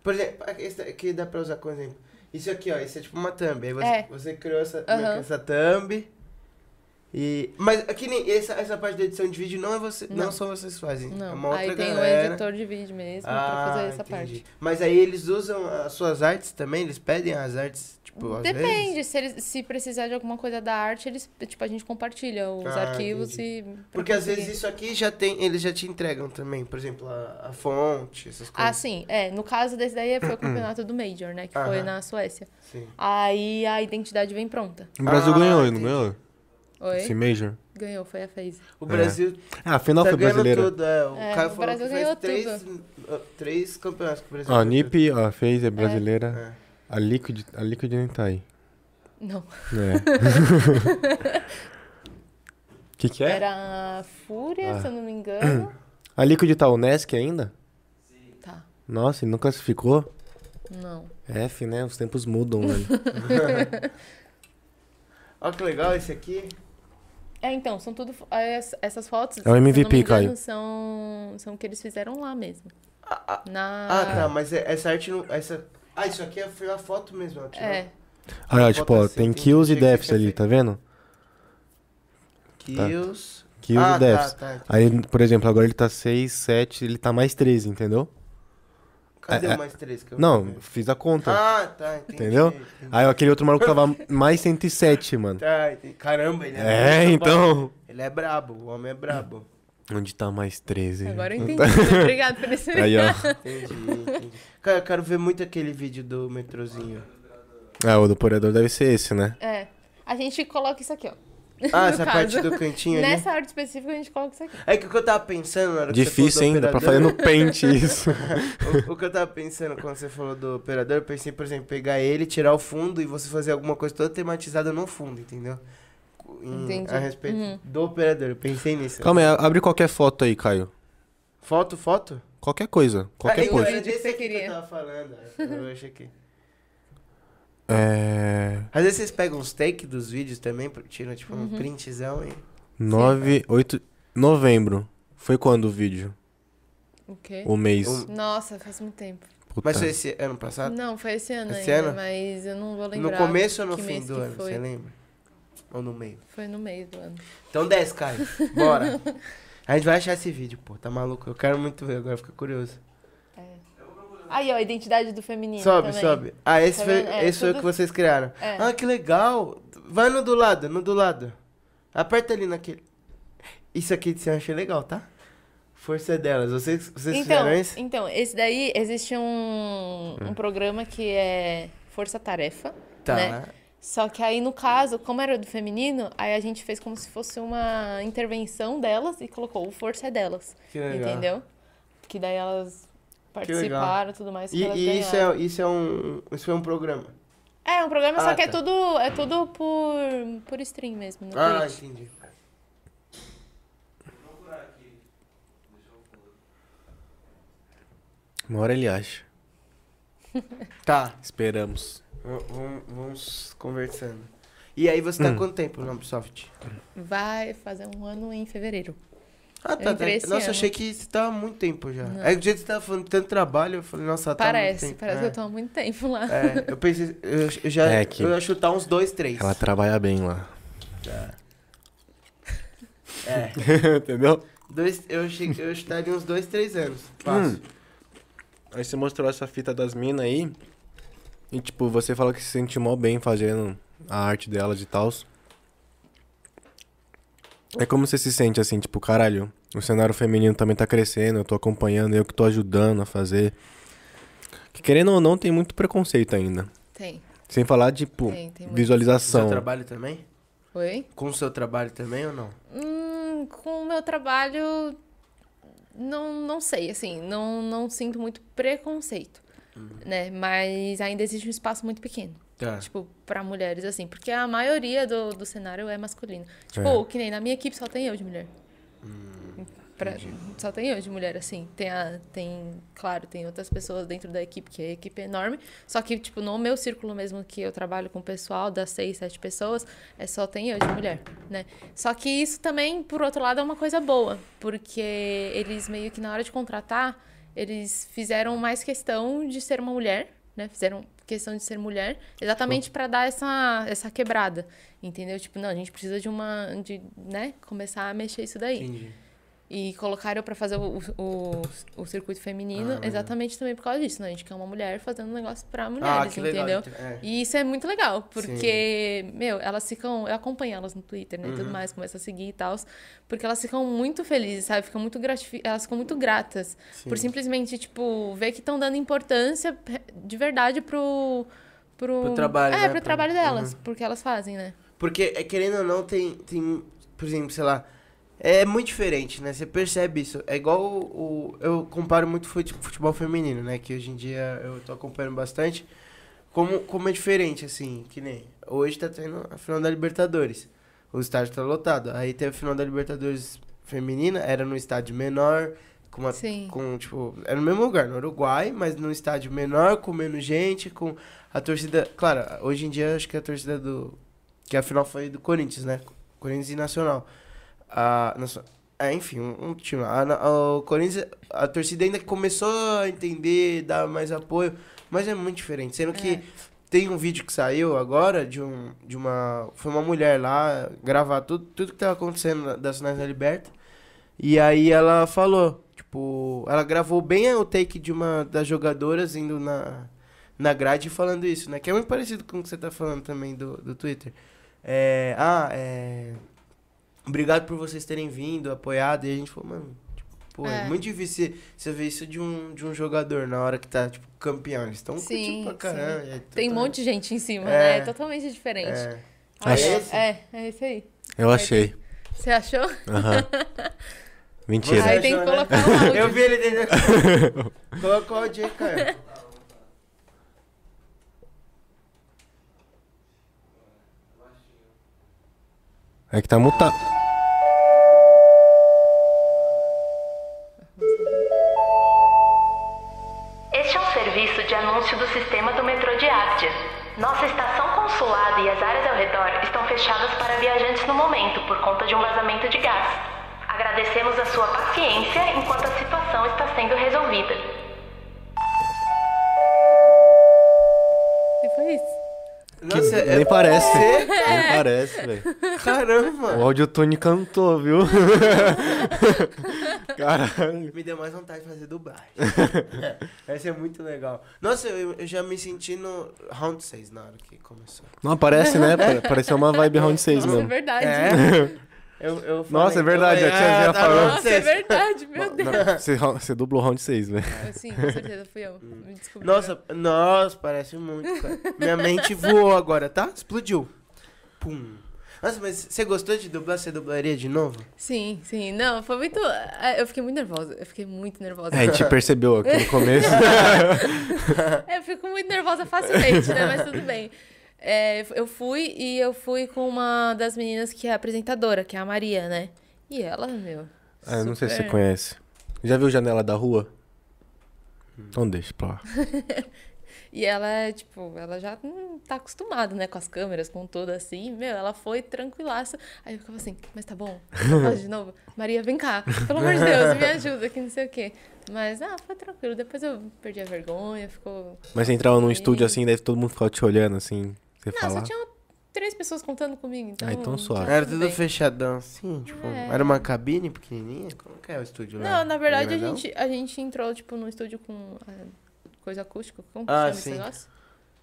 Por exemplo, ah, esse aqui dá pra usar como exemplo. Isso aqui, ó, isso é tipo uma thumb. Aí você,
É.
você criou essa,
Aham.
essa thumb. E... Mas aqui nem essa, essa parte da edição de vídeo não é você. Não,
Não.
só vocês fazem. é uma
Não,
outra
aí tem
galera.
o editor de vídeo mesmo pra
Ah,
fazer essa
entendi.
parte.
Mas aí eles usam as suas artes também? Eles pedem as artes, tipo, às vezes?
Depende, se, eles- se precisar de alguma coisa da arte, eles, tipo, a gente compartilha os
Ah,
arquivos e. pra
Porque às vezes
conseguir.
isso aqui já tem, eles já te entregam também, por exemplo, a, a fonte, essas
Ah,
coisas.
sim, é. No caso desse daí
*clears throat*
foi o campeonato do Major, né? Que foi
Aham.
na Suécia.
sim.
É.
Aí a identidade vem pronta.
O Brasil
Ah,
ganhou, ele não
entendi.
ganhou?
Oi?
Esse Major.
Ganhou, foi a FaZe.
O
É.
Brasil
Ah, a final
tá
foi
ganhando
brasileira.
tudo, é. O
É,
cara
o
falou
Brasil
que
ganhou
fez três, uh, três campeonatos que o Brasil
Ó, a
ganhou.
NIP, ó, fez, é brasileira.
É.
A Liquid, a Liquid nem tá aí.
Não.
*laughs* É. que que é?
Era a Fúria,
Ah.
se
*clears throat*
eu não me engano.
A Liquid tá o Nesc ainda?
tá.
Nossa, ele não classificou?
Não.
F, né? Os tempos mudam, velho.
Ó que legal esse aqui.
É, então, são tudo. fo- es- Essas fotos.
É o MVP,
se eu não me engano,
Caio.
São, são que eles fizeram lá mesmo.
Ah, ah,
Na.
ah, tá, mas é- essa arte não... Essa... Ah, isso aqui foi a foto mesmo. Ela tirou.
É.
Ah, ó, tipo, ó, tem kills e deaths ali, tá vendo?
Kills...
Tá. Kills
ah,
e deaths.
tá, tá.
Aí, por exemplo, agora ele tá 6, 7, ele tá mais 13, entendeu?
Cadê
É, é.
mais três? que eu vou
Não,
ver?
fiz a conta.
Então Ah, tá, entendi.
Entendeu?
entendi.
Aí ó, aquele outro maluco tava mais 107,
*laughs*
mano.
Tá, entendi. Caramba, ele
É,
muito bom.
então.
Ele é brabo, o homem é brabo.
Onde tá mais Tá. 13? *laughs*
Agora eu entendi. Obrigada por esse
Aí, ó.
Entendi, entendi. Cara, eu quero ver muito aquele vídeo do
*laughs*
metrozinho.
É, o do Poreador deve ser esse, né?
*laughs* É. A gente coloca isso aqui, ó.
Ah,
No
essa parte
caso.
do cantinho ali.
Nessa arte específica a gente coloca isso aqui.
É que o que eu tava pensando na hora que você
Difícil,
falou do
hein? Dá pra fazer
operador-
no
*laughs*
pente isso.
o, o que eu tava pensando quando você falou do operador, eu pensei, por exemplo, pegar ele, tirar o fundo e você fazer alguma coisa toda tematizada no fundo, entendeu? Em-
Entendi.
A respeito
Uhum.
do operador, eu pensei nisso.
Calma aí, abre qualquer foto aí, Caio.
Foto, foto?
Qualquer coisa,
Ah,
qualquer
eu-
coisa.
era
Vídeo que
desse
você
aqui que
queria.
eu tava falando. Eu achei que...
É.
Às vezes vocês pegam os take dos vídeos também, tiram tipo
Uhum.
um printzão e...
9,
tá.
8. Novembro. Foi quando o vídeo?
O quê?
O mês.
Um-
Nossa, faz muito tempo.
Puta.
Mas foi esse ano passado?
Não, foi esse ano
Ah. Esse
ainda,
ano?
mas eu não vou
No
lembrar.
começo ou no
que
fim
mês
do
que
ano,
foi.
você lembra? Ou no meio?
Foi no meio do ano.
Então 10, Caio. Bora. *laughs* A gente vai achar esse vídeo, pô. Tá maluco? Eu quero muito ver, agora fica curioso.
É. Aí, ó, a identidade do feminino.
sobe,
também.
sobe. Ah, esse,
Tá
foi,
vendo? É,
esse foi o
tudo-
que vocês criaram.
É.
Ah, que legal. Vai no do lado, no do lado. Aperta ali naquele. Isso aqui você achei legal, tá? Força é delas. Vocês, vocês
Então,
fizeram isso?
então, esse daí existe um, um programa que é Força Tarefa.
Tá.
né? Só que aí, no caso, como era do feminino, aí a gente fez como se fosse uma intervenção delas e colocou o Força é delas.
Que legal.
Entendeu? Que daí elas
legal.
participaram e tudo mais. que
E,
elas
e isso,
ganharam.
é, isso é um. Isso foi um programa.
É, um programa,
Ah,
só que é
tá.
tudo, é tudo por, por stream mesmo, né? no
Ah,
Twitch.
entendi.
Uma hora ele acha.
Tá,
Esperamos.
v- vamos, vamos conversando. E aí você
Hum.
tá quanto tempo no Ubisoft?
Vai fazer um ano em fevereiro.
Ah, tá. tá.
entrei esse
Nossa,
ano.
achei que você tava há muito tempo já.
Não.
É que do jeito que você tava falando tanto trabalho, eu falei, nossa, tá há muito
parece,
tempo.
parece
é.
que eu tô há muito tempo lá.
É, eu pensei, eu, eu já
É que-
eu ia chutar uns dois, três.
Ela trabalha bem
*laughs*
lá.
É,
Entendeu?
dois, eu, che- eu chutaria uns dois, três anos.
Hum,
Fácil.
Aí você mostrou essa fita das minas aí. E tipo, você fala que se sente mó bem fazendo a arte delas e tal. É como você se sente assim, tipo, caralho, o cenário feminino também tá crescendo, eu tô acompanhando, eu que tô ajudando a fazer. Que querendo ou não, tem muito preconceito ainda.
*laughs* Tem,
Sem falar, tipo,
tem, tem muito.
Com seu
visualização.
trabalho também?
Oi?
Com o seu trabalho também ou não?
Hum, com o meu trabalho, não, não sei, assim, não, não sinto muito preconceito,
Uhum.
né? Mas ainda existe um espaço muito pequeno.
Tá.
Tipo, pra mulheres, assim, porque a maioria do, do cenário é masculino. Tipo, que nem na minha equipe só tem eu de mulher. Pra- só tem eu de mulher, assim. Tem, a, tem, claro, tem outras pessoas dentro da equipe, que a equipe é enorme. Só que, tipo, no meu círculo mesmo, que eu trabalho com o pessoal, das seis, sete pessoas, é só tem eu de mulher, né? Só que isso também, por outro lado, é uma coisa boa. Porque eles meio que na hora de contratar, eles fizeram mais questão de ser uma mulher, né? Fizeram questão de ser mulher, exatamente pra dar essa, essa quebrada, entendeu? Tipo, não, a gente precisa de uma, de, né? Começar a mexer isso daí.
Entendi.
E colocaram pra fazer o, o, o circuito
Ah,
feminino exatamente também por causa disso, né? A gente quer uma mulher fazendo um negócio pra mulheres,
ah, que legal.
entendeu?
então, é.
E isso é muito legal, porque, meu, elas ficam. Eu acompanho elas no Twitter, né? e
Uhum.
Tudo mais, começo a seguir e tal. Porque elas ficam muito felizes, sabe? Ficam muito gratifi... Elas ficam muito gratas. Por simplesmente, tipo, ver que estão dando importância de verdade pro. Pro,
Pro trabalho,
É,
né?
pro
Pro-
trabalho delas, porque elas fazem, né?
Porque, é, querendo ou não, tem, tem, por exemplo, sei lá, é muito diferente, né? Você percebe isso. É igual o, o- eu comparo muito fute- futebol feminino, né? Que hoje em dia eu tô acompanhando bastante. Como, como é diferente, assim, que nem hoje tá tendo a final da Libertadores. O estádio tá lotado. Aí teve a final da Libertadores feminina, era num estádio menor, com uma
Sim.
com, tipo, é no mesmo lugar, no Uruguai, mas num estádio menor, com menos gente, com a torcida. Claro, hoje em dia acho que a torcida do. Que a final foi do Corinthians, né? Corinthians e Nacional. Ah, nacio- é, enfim, um, um time. lá. A, na- o Corinthians, a torcida ainda começou a entender, dar mais apoio, mas é muito diferente. Sendo que
É.
tem um vídeo que saiu agora de, um, de uma. Foi uma mulher lá gravar tudo, tudo que tava acontecendo na- das Sinais da Liberta. E aí ela falou, tipo, ela gravou bem o take de uma das jogadoras indo na, na grade e falando isso, né? Que é muito parecido com o que você tá falando também do, do Twitter. É, ah, é. Obrigado por vocês terem vindo, apoiado. E a gente falou, mano, tipo, pô, é,
É.
muito difícil você- você ver isso de um, de um jogador na hora que tá, tipo, campeão. Eles estão curtindo
Sim,
pra caramba. é
Tem um
totalmente-
monte de gente em cima,
É.
né? É totalmente diferente.
É.
Ah,
Aí
Acho-
eu- é, é isso aí.
Eu achei.
Você achou? *laughs*
Aham. Mentira.
Você
Aí tem que
achou, né?
colocar o áudio.
Eu vi ele dentro. Colocou o áudio aí, cara.
*laughs* É que tá
*laughs*
mutado.
Este é um serviço de anúncio do sistema do metrô de Ábdia. Nossa estação consulada e as áreas ao redor estão fechadas para viajantes no momento por conta de um vazamento de gás. Agradecemos a sua paciência enquanto a situação está sendo resolvida.
E foi isso.
Nossa, é-
Nem parece.
Você,
Nem parece, velho.
caramba.
O audiotune cantou, viu?
*laughs*
Caralho.
Me deu mais vontade de fazer *laughs* dublagem. Vai ser muito legal. Nossa, eu, eu já me senti no Round 6 na hora que começou.
Não, parece, né? Pa- Pareceu uma vibe round 6
Nossa, é
mesmo.
verdade.
Eu, eu falei,
Nossa, é verdade,
eu
a tia
ah,
já
tá
falou.
no round
Nossa, é
seis.
verdade, meu Deus.
Não, Você, ra- você dublou round né? 6, velho.
Sim, com certeza fui eu. Me descobri.
Nossa, nossa, parece muito. Cara. Minha *laughs* mente voou agora, tá? Explodiu. Pum. Nossa, mas você gostou de dublar? Você dublaria de novo?
Sim, sim. Não, foi muito. é, Eu fiquei muito nervosa. Eu fiquei muito nervosa.
É, a gente percebeu aqui no começo.
*laughs* É, eu fico muito nervosa facilmente, né? Mas tudo bem. É, eu fui e eu fui com uma das meninas que é apresentadora, que é a Maria, né? E ela, meu.
Ah, eu não sei se você
super-
conhece. Já viu Janela da Rua? Então deixa pra lá.
E ela, tipo, ela já hum, tá acostumada, né, com as câmeras, com tudo assim. Meu, ela foi tranquilaça. Aí eu ficava assim, mas tá bom? Eu faço de
*laughs*
novo? Maria, vem cá. Pelo amor de Deus, me ajuda, que não sei o quê. Mas, ah, foi tranquilo. Depois eu perdi a vergonha, ficou...
Mas você entrava num estúdio assim, deve todo mundo ficar te olhando assim. Você
Não,
falar.
só tinham três pessoas contando comigo, então...
Ah, então
tá
suave.
Era
tudo
tudo
bem.
fechadão, assim, tipo,
É.
era uma cabine pequenininha? Como que é o estúdio lá? é
Não, na verdade a
Grandão?
gente, a gente entrou, tipo, no estúdio com ah, coisa acústica. Como que
Ah,
chama esse
sim.
negócio?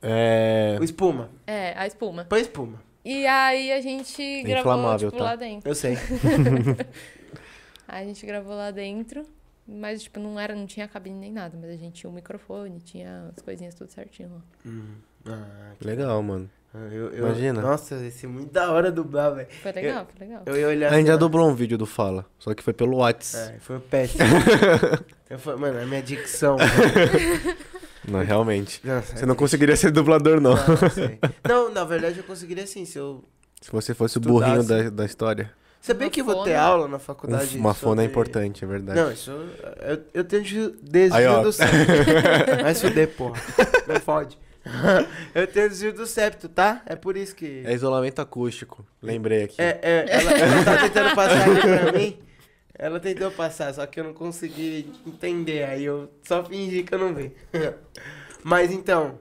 É.
O espuma.
É, a espuma.
Põe espuma.
E aí a gente gravou,
inflamável,
tipo,
tá?
lá dentro.
Eu *laughs* sei.
Aí a gente gravou lá dentro, mas, tipo, não era, não tinha cabine nem nada, mas a gente tinha o microfone, tinha as coisinhas tudo certinho lá.
Hum. Ah, que-
Legal, mano.
Ah, eu- eu-
Imagina.
Nossa, esse é muito da hora dublar, velho.
Foi legal, foi legal.
Eu ia olhar.
A gente já
assim,
dublou um vídeo do Fala, só que foi pelo Whats.
É, foi
*laughs*
péssimo. eu falei, mano, a minha dicção.
Não, realmente.
Nossa, é
Você não conseguiria ser dublador,
É.
não.
não, não
*laughs*
sei. Não, na verdade eu conseguiria sim. Se eu...
Se você fosse o burrinho
Estudasse.
da, da história.
Sabia
Uma
que eu vou ter
fona.
aula na
Um-
faculdade.
uma fona é
sobre-
importante, é verdade.
Não, isso. Eu, eu tenho des- desvio
Aí, ó.
do
*laughs*
septo. Vai se fuder, porra. Não pode. *laughs* eu tenho desvio do septo, tá? É por isso que.
É isolamento acústico. Lembrei aqui.
É, é, ela, ela tá tentando passar ali
*laughs*
pra mim. Ela tentou passar, só que eu não consegui entender. Aí eu só fingi que eu não vi. *laughs* Mas então,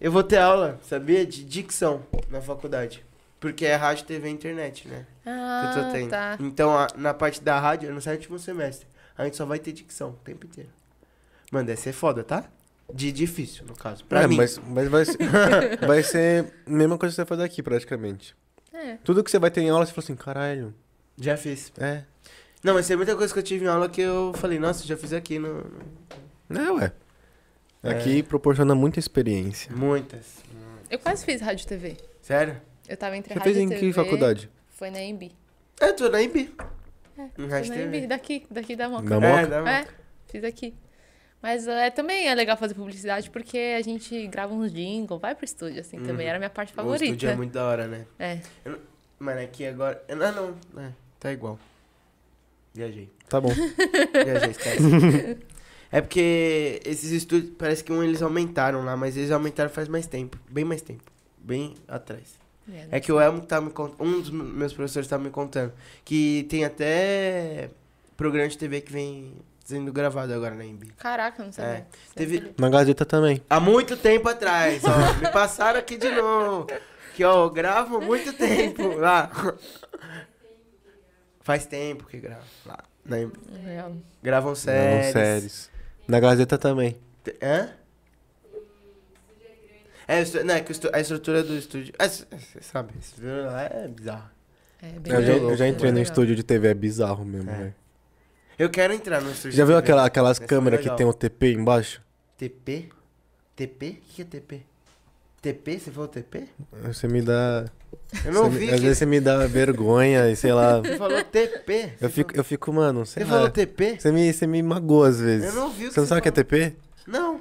eu vou ter aula, sabia? De dicção na faculdade. Porque é rádio, TV e internet, né? Que eu tô
Ah,
tendo.
tá.
Então, a- na parte da rádio, é no sétimo semestre. A gente só vai ter dicção o tempo inteiro. Mano, deve ser foda, tá? De difícil, no caso. Pra
É,
mim.
Mas, mas vai, ser, *laughs* vai ser a mesma coisa que você faz aqui, praticamente.
É.
Tudo que você vai ter em aula, você fala assim, caralho,
Já fiz.
é.
Não, mas tem muita coisa que eu tive em aula que eu falei, nossa, já fiz aqui no,
É, ué.
É.
Aqui proporciona muita experiência.
Muitas.
Eu quase fiz rádio e TV.
Sério?
Eu tava entre
Você
rádio
fez em
e
que
TV,
faculdade?
Foi na EMB.
Eu tô na IB.
É,
Em
foi
rádio
na
e TV.
EMB, daqui, daqui da Moca.
Da
É,
Moca?
dá uma-
É, fiz aqui. Mas é, também é legal fazer publicidade porque a gente grava uns jingles, vai pro estúdio, assim, também. Era a minha parte
Uhum. O
favorita.
estúdio é muito da hora, né?
É.
Mano, aqui agora. Ah, não. É, tá igual. Viajei.
Tá
*laughs*
bom.
Viajei, esquece. é porque esses estúdios. Parece que um eles aumentaram lá, mas eles aumentaram faz mais tempo. Bem mais tempo. Bem atrás.
É,
É que o Elmo tá me contando. Um dos meus professores tá me contando. Que tem até programa de TV que vem sendo gravado agora na IMB.
Caraca, eu não sabia.
É, teve-
Na Gazeta também.
Há muito tempo atrás, ó. Me passaram aqui de novo. Que, ó, eu gravo há muito tempo lá. Faz tempo que gravo lá. Na-
Real.
Gravam séries.
Séries. séries. Na Gazeta também.
Te- Hã? É, estu- não, é que o estu- a estrutura do estúdio... é, c- Você sabe, esse estúdio lá é bizarro.
É, bem
Eu já,
legal.
eu já entrei no
Legal.
estúdio de TV, é bizarro mesmo,
É.
velho.
Eu quero entrar no estúdio.
Já viu
de TV.
aquela- aquelas
Essa é
câmeras que
legal.
tem o TP embaixo?
TP? TP? O que que é TP? TP? Você falou TP?
Você me dá.
Eu não
você me-
ouvi
Às
que
vezes você me dá vergonha e sei lá.
você falou TP.
Eu fico, É. eu fico mano, sei
Você
lá.
falou TP?
Você me, você me magoa às vezes.
Eu não ouvi o que
Você não
você
sabe o que é
falou.
TP?
Não.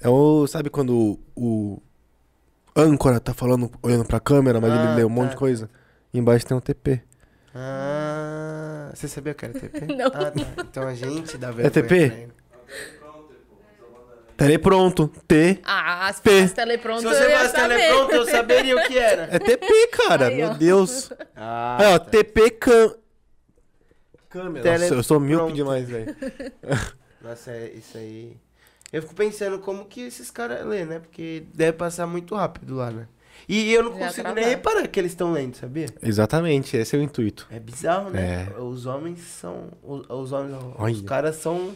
É o. Sabe quando o, o âncora tá falando, olhando pra câmera, mas
Ah,
ele lê um monte
tá.
de coisa? E embaixo tem um TP.
Ah, você sabia que era TP?
*laughs* Não.
Ah, tá. Então a gente
É
dá vergonha.
TP?
pra ele.
Telepronto. T.
Ah, se
P.
fosse telepronto,
Se
eu
você
ia
fosse
saber.
telepronto, eu saberia o que
*laughs*
era.
É TP, cara.
Aí, ó.
Meu Deus.
Ah,
Aí, É, ó, TP cam. Câmera. Nossa, eu sou míope
Telepronto.
demais, velho.
Nossa, é- isso aí. Eu fico pensando como que esses caras lêem, né? Porque deve passar muito rápido lá, né? E eu não
Já
consigo
atrapalha.
nem reparar que eles estão lendo, sabia?
Exatamente, esse é o intuito.
É bizarro, né?
É.
Os homens são. Os, os homens. não, Os
Olha.
caras são.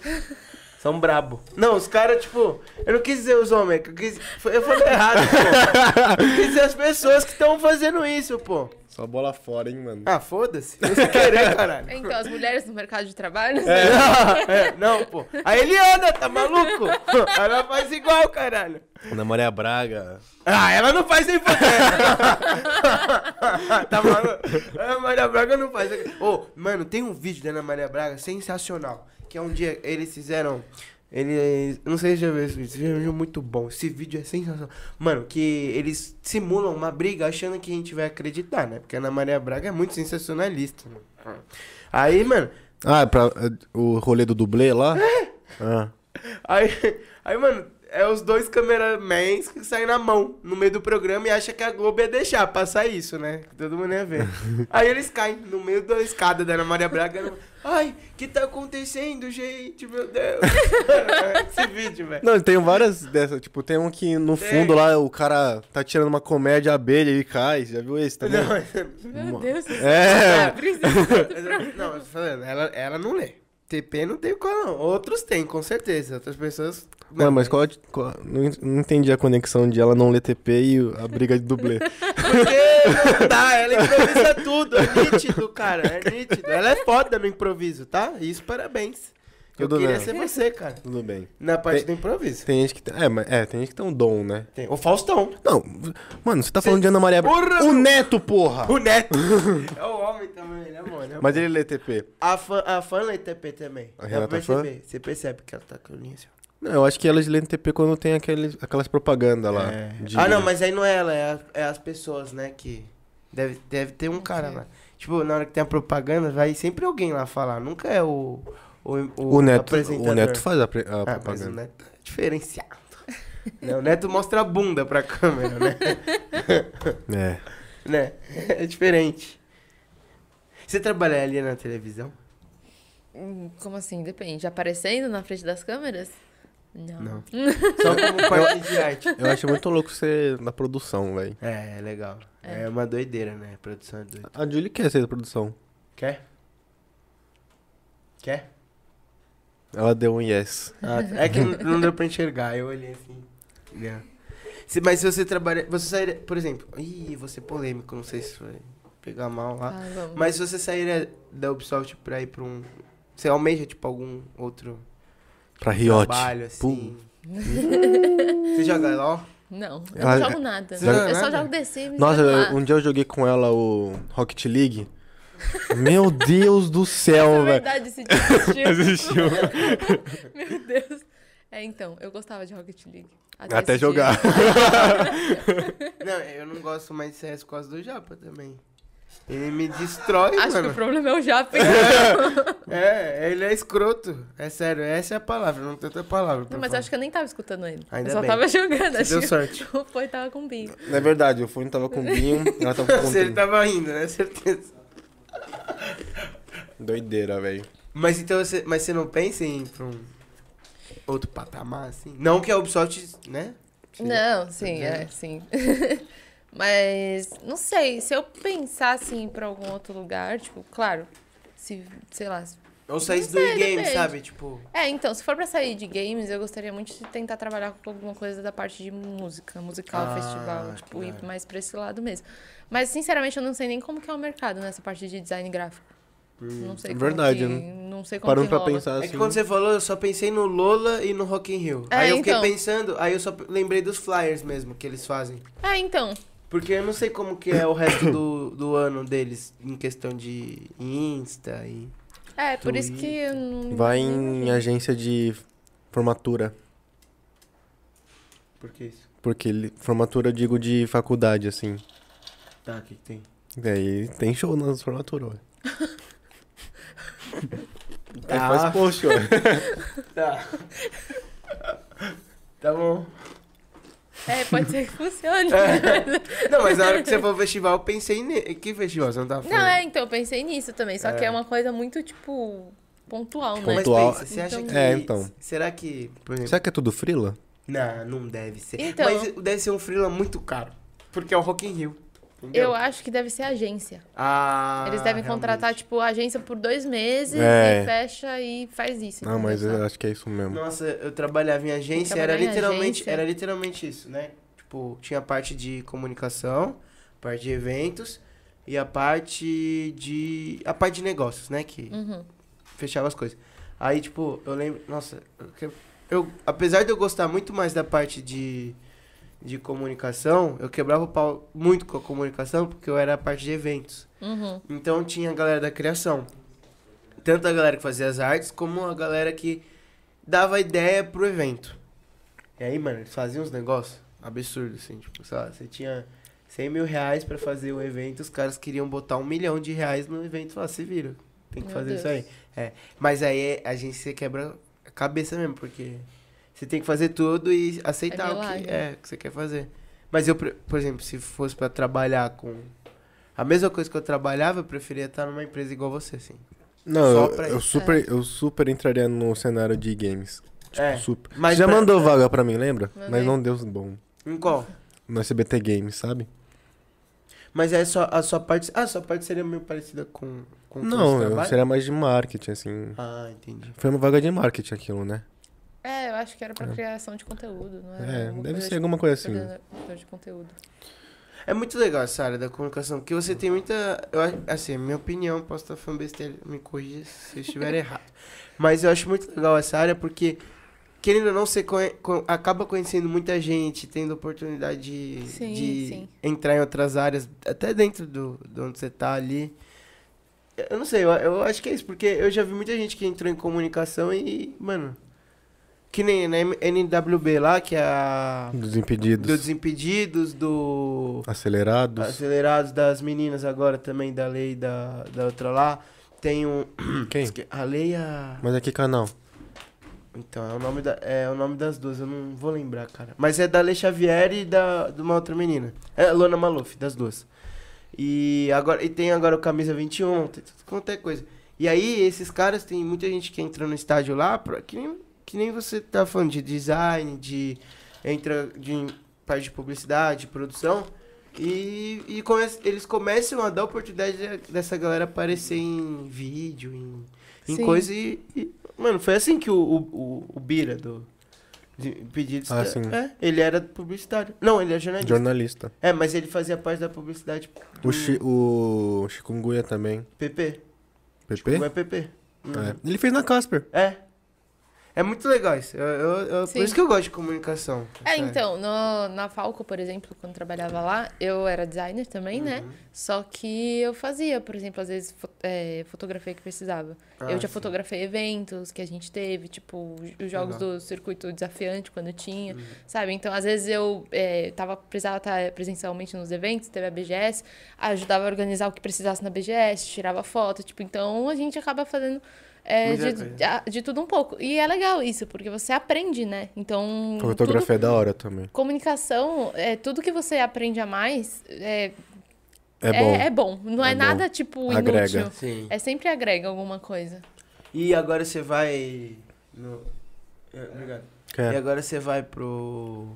São brabo. Não, os caras, tipo. Eu não quis dizer os homens. é Eu, quis, eu falei errado, pô. Eu quis dizer as pessoas que estão fazendo isso, pô.
Só bola fora, hein, mano.
Ah, foda-se. É. Eu sem querer, *laughs* caralho.
Então, as mulheres no mercado de trabalho.
É, não, pô. A Eliana, tá maluco? Ela faz igual, caralho.
Ana Maria Braga.
Ah, ela não faz nem fudendo. tá maluco? A Ana Maria Braga não faz. Ô, mano, tem um vídeo da Ana Maria Braga sensacional. Que é um dia eles fizeram. Eles. eu Não sei se já viu esse vídeo. Esse vídeo é muito bom. Esse vídeo é sensacional. Mano, que eles simulam uma briga achando que a gente vai acreditar, né? Porque a Ana Maria Braga é muito sensacionalista. mano. Aí, mano.
Ah, é pra, é, o rolê do dublê lá? É. Ah.
Aí, aí, mano, é os dois cameramans que saem na mão no meio do programa e acha que a Globo ia deixar passar isso, né? Que todo mundo ia ver. aí eles caem no meio da escada da Ana Maria Braga. Ai, que tá acontecendo, gente? Meu Deus. *laughs* Esse vídeo,
*laughs*
velho.
Não, tem várias dessas. Tipo, tem um que no
Tem.
fundo lá o cara tá tirando uma comédia abelha e cai. Já viu esse também?
Não,
Meu Deus do céu.
É.
não, eu tô falando, ela, ela não lê. TP não tem qual, não. Outros têm, com certeza. Outras pessoas.
Mano, mas qual, qual- Não en- não entendi a conexão de ela não ler TP e o- a briga de
*laughs*
dublê.
Porque não dá, Tá, ela improvisa tudo. É nítido, cara. É nítido. Ela é foda no improviso, tá? Isso, parabéns. Eu
Tudo
queria
bem.
ser você, cara.
Tudo bem.
Na parte
Tem-
do improviso.
Tem gente que tem. É, mas é, tem gente que tem um dom, né?
Tem. O Faustão.
Não, mano, você tá falando de Ana Maria.
Porra, meu-
o Neto, porra!
O Neto. *laughs* é o homem também, né, mano? É o-
Mas ele lê TP.
A fã, a fã lê TP também.
A
Dá
Renata
pra
é fã?
perceber. Você percebe que ela tá com o linha assim.
Não, eu acho que elas lêem TP quando tem aqueles, aquelas propagandas lá. de-
Ah, não, mas aí não é ela, é, a- é as pessoas, né, que... Deve, deve ter um cara lá. Tipo, na hora que tem a propaganda, vai sempre alguém lá falar. Nunca é o, o, o,
O Neto,
apresentador.
o Neto faz a, pre- a
Ah, mas o
propaganda.
Neto é diferenciado. *laughs* Não, o Neto mostra a bunda pra câmera, né? *laughs*
É.
né? É diferente. Você trabalharia na televisão?
Hum, *laughs* Como assim? Depende. Aparecendo na frente das câmeras? Não.
Não. *laughs* Só como parte de arte.
Eu acho muito louco você na produção, velho.
É, é legal. É. uma doideira, né? Produção é doida.
A Julie quer ser da produção.
Quer? Quer?
Ela deu um yes.
*laughs* Ah, tá. é que não, não deu pra enxergar, eu olhei assim. Né? Se- mas se você trabalha. Você sairia. Por exemplo. Ih, você é polêmico, não sei se vai pegar mal lá.
Ah, vamos.
Mas se você sair da Ubisoft pra ir pra um. Você almeja, tipo, algum outro
Pra Riot.
trabalho, assim.
Pum.
*laughs* você
*laughs*
joga LOL?
Não, eu
Ela-
não jogo nada.
Ah, é. Você joga
eu só
nada?
jogo The Sims.
Nossa,
sei lá.
eu- um dia eu joguei com ela o Rocket League. Meu Deus do céu,
Na
velho.
é verdade, esse
*laughs*
dia
Existiu.
*laughs* Meu Deus. É, então, eu gostava de Rocket League.
Até
esse dia.
jogar.
*laughs* Não, eu não gosto mais de CS por causa do Japa também. Ele me destrói,
Acho que
mano.
o problema é o Japa.
*laughs* É, ele é escroto. É sério, essa é a palavra, não tem outra palavra. pra
Não, mas
falar.
eu acho que é eu nem tava escutando ele.
Ainda
eu só
bem.
tava jogando. acho
deu
que
sorte.
*laughs* O foi tava com bingo.
Na é verdade, o fone tava com o Binho, ela tava
*laughs*
com o
Se ele
Binho.
tava rindo, né? Certeza.
Doideira, velho.
Mas então você, mas você não pensa em ir pra um outro patamar, assim? Não que a Ubisoft, né?
Não, sim, é,
Né?
sim. *laughs* Mas, não sei, se eu pensar, assim, pra algum outro lugar, tipo, claro, se, sei lá... se-
Ou saísse do
sei,
e-game,
depende.
sabe? Tipo.
É, então, se for pra sair de games, eu gostaria muito de tentar trabalhar com alguma coisa da parte de música, musical,
Ah,
festival,
que
tipo,
da hora.
ir mais pra esse lado mesmo. Mas, sinceramente, eu não sei nem como que é o mercado nessa parte de design gráfico. não sei
é
como
verdade,
que,
né?
Não sei como
Parando
que
pra
rola.
pensar
É
assim.
que quando você falou, eu só pensei no Lola e no Rock in Rio.
É,
aí eu fiquei
então.
pensando, aí eu só lembrei dos flyers mesmo que eles fazem.
É, então,
Porque eu não sei como que é o resto *coughs* do, do ano deles em questão de Insta e...
é, por isso que... eu não-
Vai em agência de formatura.
Por que isso?
Porque ele- formatura, eu digo, de faculdade, assim.
Tá, o que que tem?
Daí tem show nas *laughs* formaturas, ué. Aí
Tá.
É, faz post, ué.
Tá. *laughs* tá bom.
É, pode
*laughs*
ser que funcione.
É.
Não, mas na hora que você for ao festival, eu pensei ne... Que festival? Você não tava falando?
Não, é, então, eu pensei nisso também. Só que
É.
é uma coisa muito, tipo, pontual, né?
Mas
Pontual.
pensa, você acha
Então-
que...
É, então.
Será que... Por exemplo...
*laughs* Será que é tudo frila?
Não, não deve ser.
Então-
Mas deve ser um freela muito caro. Porque é o Rock in Rio. entendeu?
Eu acho que deve ser agência.
Ah,
Eles devem contratar,
realmente.
tipo, a agência por dois meses
É.
e fecha e faz isso.
Ah, mas
entendeu?
eu acho que é isso mesmo.
Nossa, eu trabalhava em agência, era
Trabalhar um em
literalmente,
agência.
era literalmente isso, né? Tipo, tinha a parte de comunicação, a parte de eventos e a parte de a parte de negócios, né, que
Uhum.
fechava as coisas. Aí, tipo, eu lembro, nossa, eu que- eu apesar de eu gostar muito mais da parte de de comunicação, eu quebrava o pau muito com a comunicação, porque eu era a parte de eventos.
é.
Uhum.
Então tinha a galera da criação. Tanto a galera que fazia as artes, como a galera que dava ideia pro evento. E aí, mano, eles faziam uns negócios absurdos, assim, tipo, sei lá, você tinha 100 mil reais pra fazer o evento, os caras queriam botar um milhão de reais no evento, lá, se vira, tem que
Meu
fazer isso
Deus.
aí. É, mas aí a gente se quebra a cabeça mesmo, porque você tem que fazer tudo e aceitar
É
o que
milagre.
é que você quer fazer. Mas eu, pre- por exemplo, se fosse pra trabalhar com a mesma coisa que eu trabalhava, eu preferia estar numa empresa igual você, assim. Só
Não, eu,
pra
eu
isso.
super, eu super entraria no cenário de games. Tipo,
É,
super.
mas
Você já
pra-
mandou vaga pra mim, lembra?
Mandei.
Mas não deu bom.
Em qual?
No SBT Games, sabe?
Mas é só a sua parte. Ah, a sua parte seria meio parecida com, com o que
Não,
você
eu
trabalha?
seria mais de marketing, assim.
Ah, entendi.
Foi uma vaga de marketing aquilo, né?
É, eu acho que era pra criação de conteúdo, não era?
É,
alguma
deve
coisa
ser
de
alguma coisa assim.
coordenador de conteúdo.
É muito legal essa área da comunicação, porque você tem muita. Eu, a- assim, minha opinião, posso estar falando besteira, me corrija se eu estiver *laughs* errado. Mas eu acho muito legal essa área porque, querendo ou não, você conhe- co- acaba conhecendo muita gente, tendo oportunidade de,
Sim,
de
sim.
entrar em outras áreas, até dentro do, de onde você tá ali. Eu não sei, eu, eu acho que é isso, porque eu já vi muita gente que entrou em comunicação e, mano. Que nem na M- NWB lá, que é a.
Dos impedidos.
Do Desimpedidos, do
Acelerados.
Ah, acelerados das meninas agora também, da lei da, da outra lá. Tem um.
Hum, Quem?
Esque- A lei a.
Mas é que canal?
Então, é o, nome da, é o nome das duas, eu não vou lembrar, cara. Mas é da Lei Xavier e da, de uma outra menina. É, Lona Maluf, das duas. E, agora, e tem agora o Camisa 21, tem tudo quanto é coisa. E aí, esses caras, tem muita gente que entra no estádio lá, pra, que, nem, que nem você tá falando de design, de. entra de parte de publicidade, produção. E, e come- eles começam a dar oportunidade de- dessa galera aparecer em vídeo, em, em
Sim.
coisa. E, e, mano, foi assim que o, o, o, o Bira do de Pedidos.
Ah,
da-
sim.
É, ele era publicitário. Não, ele era jornalista.
Jornalista.
É, mas ele fazia parte da publicidade do
O, chi, o Chikungunya também.
PP. Não é
PP?
PP. Uhum.
É. Ele fez na Casper.
É. É muito legal isso. Eu, eu- eu- por
Sim.
isso que eu gosto de comunicação.
É,
Sério.
então, no- na Falco, por exemplo, quando trabalhava lá, eu era designer também, né?
Uhum.
Só que eu fazia, por exemplo, às vezes fo- é, fotografia que precisava.
Ah,
eu já
sim.
fotografei eventos que a gente teve, tipo, os jogos do circuito desafiante, quando tinha,
Uhum.
sabe? Então, às vezes eu é, tava, precisava estar presencialmente nos eventos, teve a BGS, ajudava a organizar o que precisasse na BGS, tirava foto, tipo, então a gente acaba fazendo. é,
Muita
de,
coisa.
a- de tudo um pouco. E é legal isso, porque você aprende, né? Então. tudo-
Fotografia é da hora também.
Comunicação, é, tudo que você aprende a mais é,
É, bom.
é bom. Não
É
é,
bom.
nada, tipo,
Agrega.
inútil.
Sim.
É sempre agrega alguma coisa.
E agora você vai. No... É, Obrigado.
Quer?
E agora você vai pro.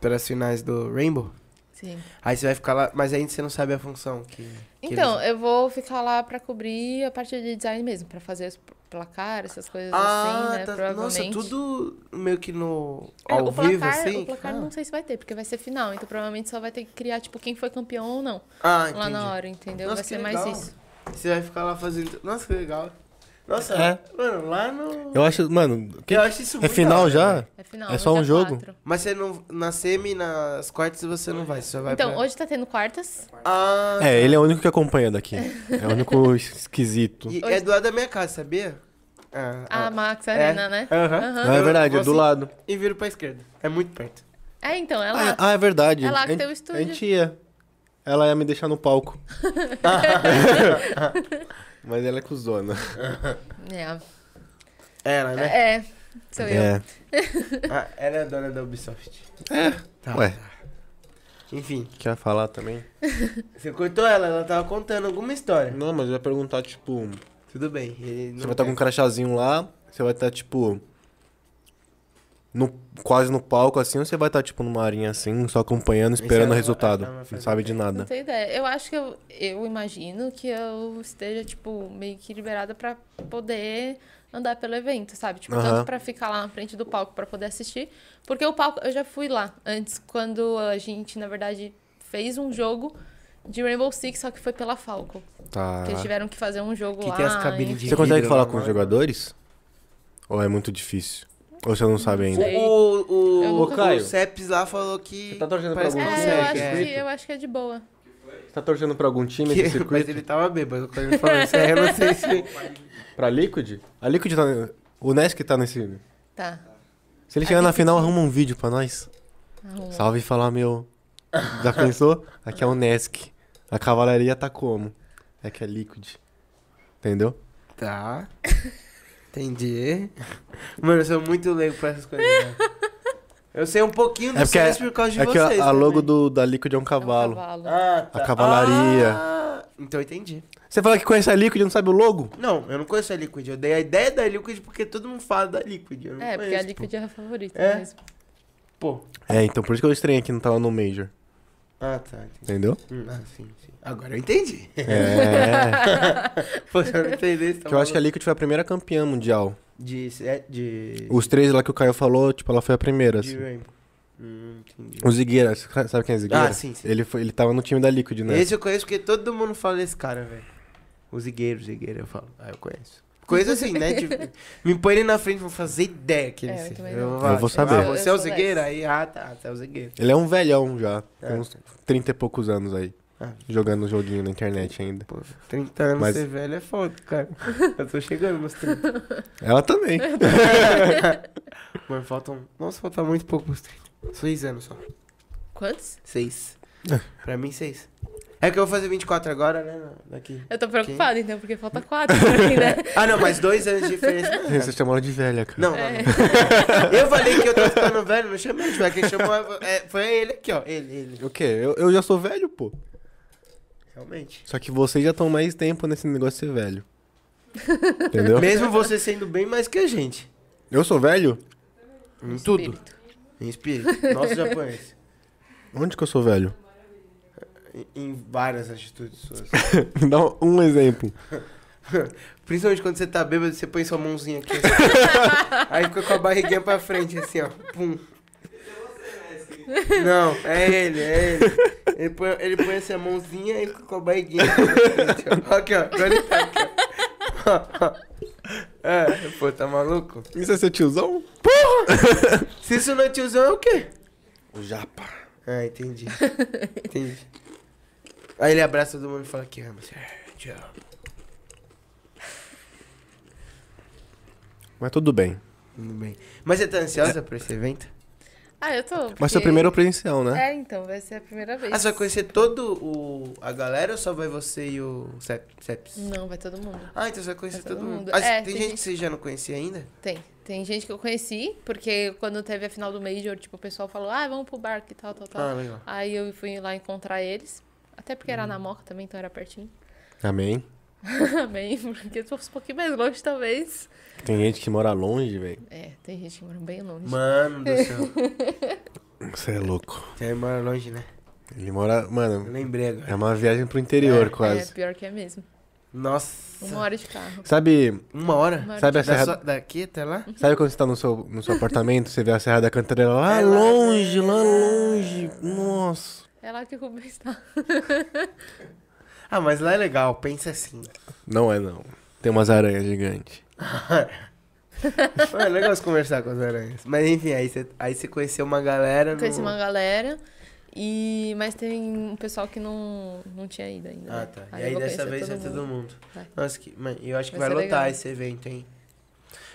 Pelas finais do Rainbow?
Sim.
Aí você vai ficar lá, mas ainda você não sabe a função que. que
Então,
eles-
eu vou ficar lá pra cobrir a parte de design mesmo, pra fazer os placar, essas coisas
Ah,
assim, né?
tá.
Provavelmente.
Nossa, tudo meio que no.
É,
ao
o placar,
vivo, assim?
o placar
Ah.
não sei se vai ter, porque vai ser final, então provavelmente só vai ter que criar, tipo, quem foi campeão ou não,
Ah,
lá
entendi.
na hora, entendeu?
Nossa,
vai
que
ser
legal.
mais isso.
Você vai ficar lá fazendo. Nossa, que legal. Nossa,
É.
mano, lá no.
Eu acho, mano, que-
Eu acho isso
é
muito da
final
hora,
já?
velho.
É final.
É
no
só
dia
um jogo?
quatro.
Mas você não. Na semi, nas quartas você não vai, você só vai
Então,
pra...
hoje tá tendo quartas.
Ah,
É, ele é o único que acompanha daqui. É o único esquisito.
E é do lado da minha casa, sabia? Ah,
A Max Arena, né?
Aham.
Aham.
Ah, é verdade, é
Eu vou
do lado.
E viro pra esquerda. É muito perto.
É, então, ela.
Ah, ah, é verdade.
É lá que
A
tem o
gente-
estúdio.
A gente ia. Ela ia me deixar no palco. Mas ela é cuzona.
É.
Ela, né?
É. Sou eu.
Ah, ela é a dona da Ubisoft. Tá.
É. Ué,
Enfim,
quer falar também?
você cortou ela, ela tava contando alguma história.
Não, mas eu ia perguntar, tipo...
Tudo bem. Ele
Você
não
vai estar
quer-
com um crachazinho lá, você vai estar, tipo... No, quase no palco, assim, ou você vai estar, tipo, numa arinha, assim, só acompanhando,
Isso
esperando
ela-
é o resultado?
ela vai fazer.
Não sabe de
Não
nada.
tenho ideia. Eu acho que eu, eu imagino que eu esteja, tipo, meio que liberada pra poder andar pelo evento, sabe? Tipo,
Aham.
tanto pra ficar lá na frente do palco pra poder assistir. Porque o palco, eu já fui lá antes, quando a gente, na verdade, fez um jogo de Rainbow Six, só que foi pela Falco.
Tá.
Porque eles tiveram que fazer um jogo
Que
lá.
tem as cabines
enfim.
de
Você consegue
vidro
falar
lá,
com os
né?
jogadores? Ou é muito difícil? Ou você não sabe ainda?
sei.
O, o,
Eu
o,
nunca-
o
Caio.
Ceps lá falou que.
Você tá torcendo pra
parece
algum
que
É,
time?
eu
consegue,
acho,
é.
que, eu acho que é de boa.
Você tá torcendo pra algum time
Que-
esse
*laughs*
circuito?
Mas ele tava bêbado quando ele falou isso aí, eu não sei
*laughs*
se.
Pra Liquid? A Liquid tá. O Nesk tá nesse.
Tá.
Se ele chegar na final, arruma um vídeo pra nós.
Arruma.
Salve e falar, meu. Já pensou? Aqui é o Nesk. A cavalaria tá como? É que é Liquid. Entendeu?
Tá. Entendi. Mano, eu sou muito leigo pra essas coisas. né? Eu sei um pouquinho do
É porque
silêncio por causa de
É que
vocês.
a, a
também.
logo do, da Liquid é um
É um
cavalo.
cavalo.
Ah, tá.
A cavalaria.
Ah, então eu entendi.
Você fala que conhece a Liquid e não sabe o logo?
Não, eu não conheço a Liquid. Eu dei a ideia da Liquid porque todo mundo fala da Liquid. Eu não
É, porque
conheço,
a Liquid é a favorita
É?
mesmo.
Pô.
É, então por isso que eu estranhei que não tava no Major.
Ah, tá. Entendi.
Entendeu?
Hum, ah, sim, sim. Agora eu entendi.
É.
Pô, se eu não entender, *laughs* você tá
que eu acho que a
maluco.
Liquid foi a primeira campeã mundial.
De. se- é, de...
Os três lá que o Caio falou, tipo, ela foi a primeira.
de
Assim.
Rainbow. Hum, entendi.
O Zigueira, você sabe quem é Zigueira?
Ah, sim, sim.
Ele, foi, ele tava no time da Liquid, né?
Esse eu conheço porque todo mundo fala desse cara, velho. O zigueiro, o zigueiro, eu falo. Ah, eu conheço. Coisa assim, né? Tipo, me põe ele na frente, vou fazer ideia que ele
É, eu
seja.
também não.
falar,
Eu
tipo,
vou saber.
Ah, você
Eu
é o
sou
zigueiro?
dessa.
Aí, ah, tá, você é o zigueiro.
Ele é um velhão já,
É.
tem uns 30 e poucos anos aí.
Ah.
Jogando um joguinho na internet ainda.
Pô, 30 anos
Mas-
ser velho é foda,
*laughs*
cara. Eu tô chegando nos 30.
*laughs* Ela também.
É Mano, faltam. Nossa, falta muito pouco pros 30. 6 anos só.
Quantos?
6. pra mim, 6. É que eu vou fazer 24 agora, né? Daqui.
Eu tô preocupada, então, porque falta quatro pra
*laughs*
mim, né?
Ah, não, mas 2 anos de diferença. Não, é
Você chamou ela de velha, cara.
Não, não, não. Eu falei que eu tô ficando velho, não chamei de velho. Quem chamou é- foi ele aqui, ó. Ele, ele.
O quê? Eu, eu já sou velho, pô.
Realmente.
Só que vocês já estão mais tempo nesse negócio de ser
*laughs*
velho. Entendeu?
Mesmo você sendo bem mais que a gente.
Eu sou velho?
Em tudo.
Espírito.
Em espírito. Nosso japonês.
Onde que eu sou velho?
Em, em várias atitudes suas.
Me dá um exemplo.
*laughs* Principalmente quando você tá bêbado, você põe sua mãozinha aqui. Assim. Aí fica com a barriguinha pra frente, assim, ó. Pum. Não, é ele, é ele. Ele põe, ele põe essa mãozinha e fica com a barriguinha. pra frente, ó. Aqui, ó. Agora ele tá aqui, ó. É, pô, tá maluco?
Isso é seu tiozão?
Se isso não é tiozão, é o quê?
O japa.
Ah, entendi. Entendi. Aí ele abraça todo mundo e fala que ama. assim, "Ah, Te amo.
Mas tudo bem.
Tudo bem. Mas você tá ansiosa por esse evento?
Ah, eu tô.
Mas seu
porque-
primeiro presencial, né?
É, então, vai ser a primeira vez.
Ah, você vai conhecer todo o... a galera ou só vai você e o Sep- Seps?
Não, vai todo mundo.
Ah, então você vai conhecer
Vai
todo,
todo
mundo.
mundo.
Ah,
É,
tem
tem
gente, que
gente-
você já não conhecia ainda?
Tem. Tem gente que eu conheci, porque quando teve a final do Major, tipo, o pessoal falou, ah, vamos pro bar que tal, tal, tal.
Ah, Hum. legal.
Aí eu fui lá encontrar eles. Até porque era na Moca também, então era pertinho. *laughs*
Amém.
Também, porque se fosse um pouquinho mais longe, talvez.
Tem gente que mora longe, velho.
É, tem gente que mora bem longe. *laughs*
Mano do céu.
Você é louco.
Você mora longe, né?
Ele mora.
Eu
Mano,
lembrei
é
agora.
uma viagem pro interior,
É,
É,
quase.
pior que é mesmo.
Nossa.
Uma hora de
é.
carro.
Sabe.
Uma hora?
Uma Uhum. hora
Sabe a
de...
Da
serra.
sua- daqui até lá?
Sabe quando você tá no seu, no seu apartamento, você vê a Serra da Cantareira lá "Ah,
É lá,
longe, lá longe. Nossa.
É lá que o Rubens tá. *laughs*
Ah, mas lá é legal. Pensa assim.
Não é não. Tem umas aranhas gigantes.
Mano, é legal você conversar com as aranhas. Mas enfim, aí você, aí você conheceu uma galera no...
Conheci uma galera. E... Mas tem um pessoal que não, não tinha ido ainda. né?
Ah, tá. E
Aí eu
aí
vou
dessa
conhecer
vez é todo mundo.
Vai.
Nossa, que, mano, eu acho que vai,
Vai ser
lotar
legal.
esse evento, hein?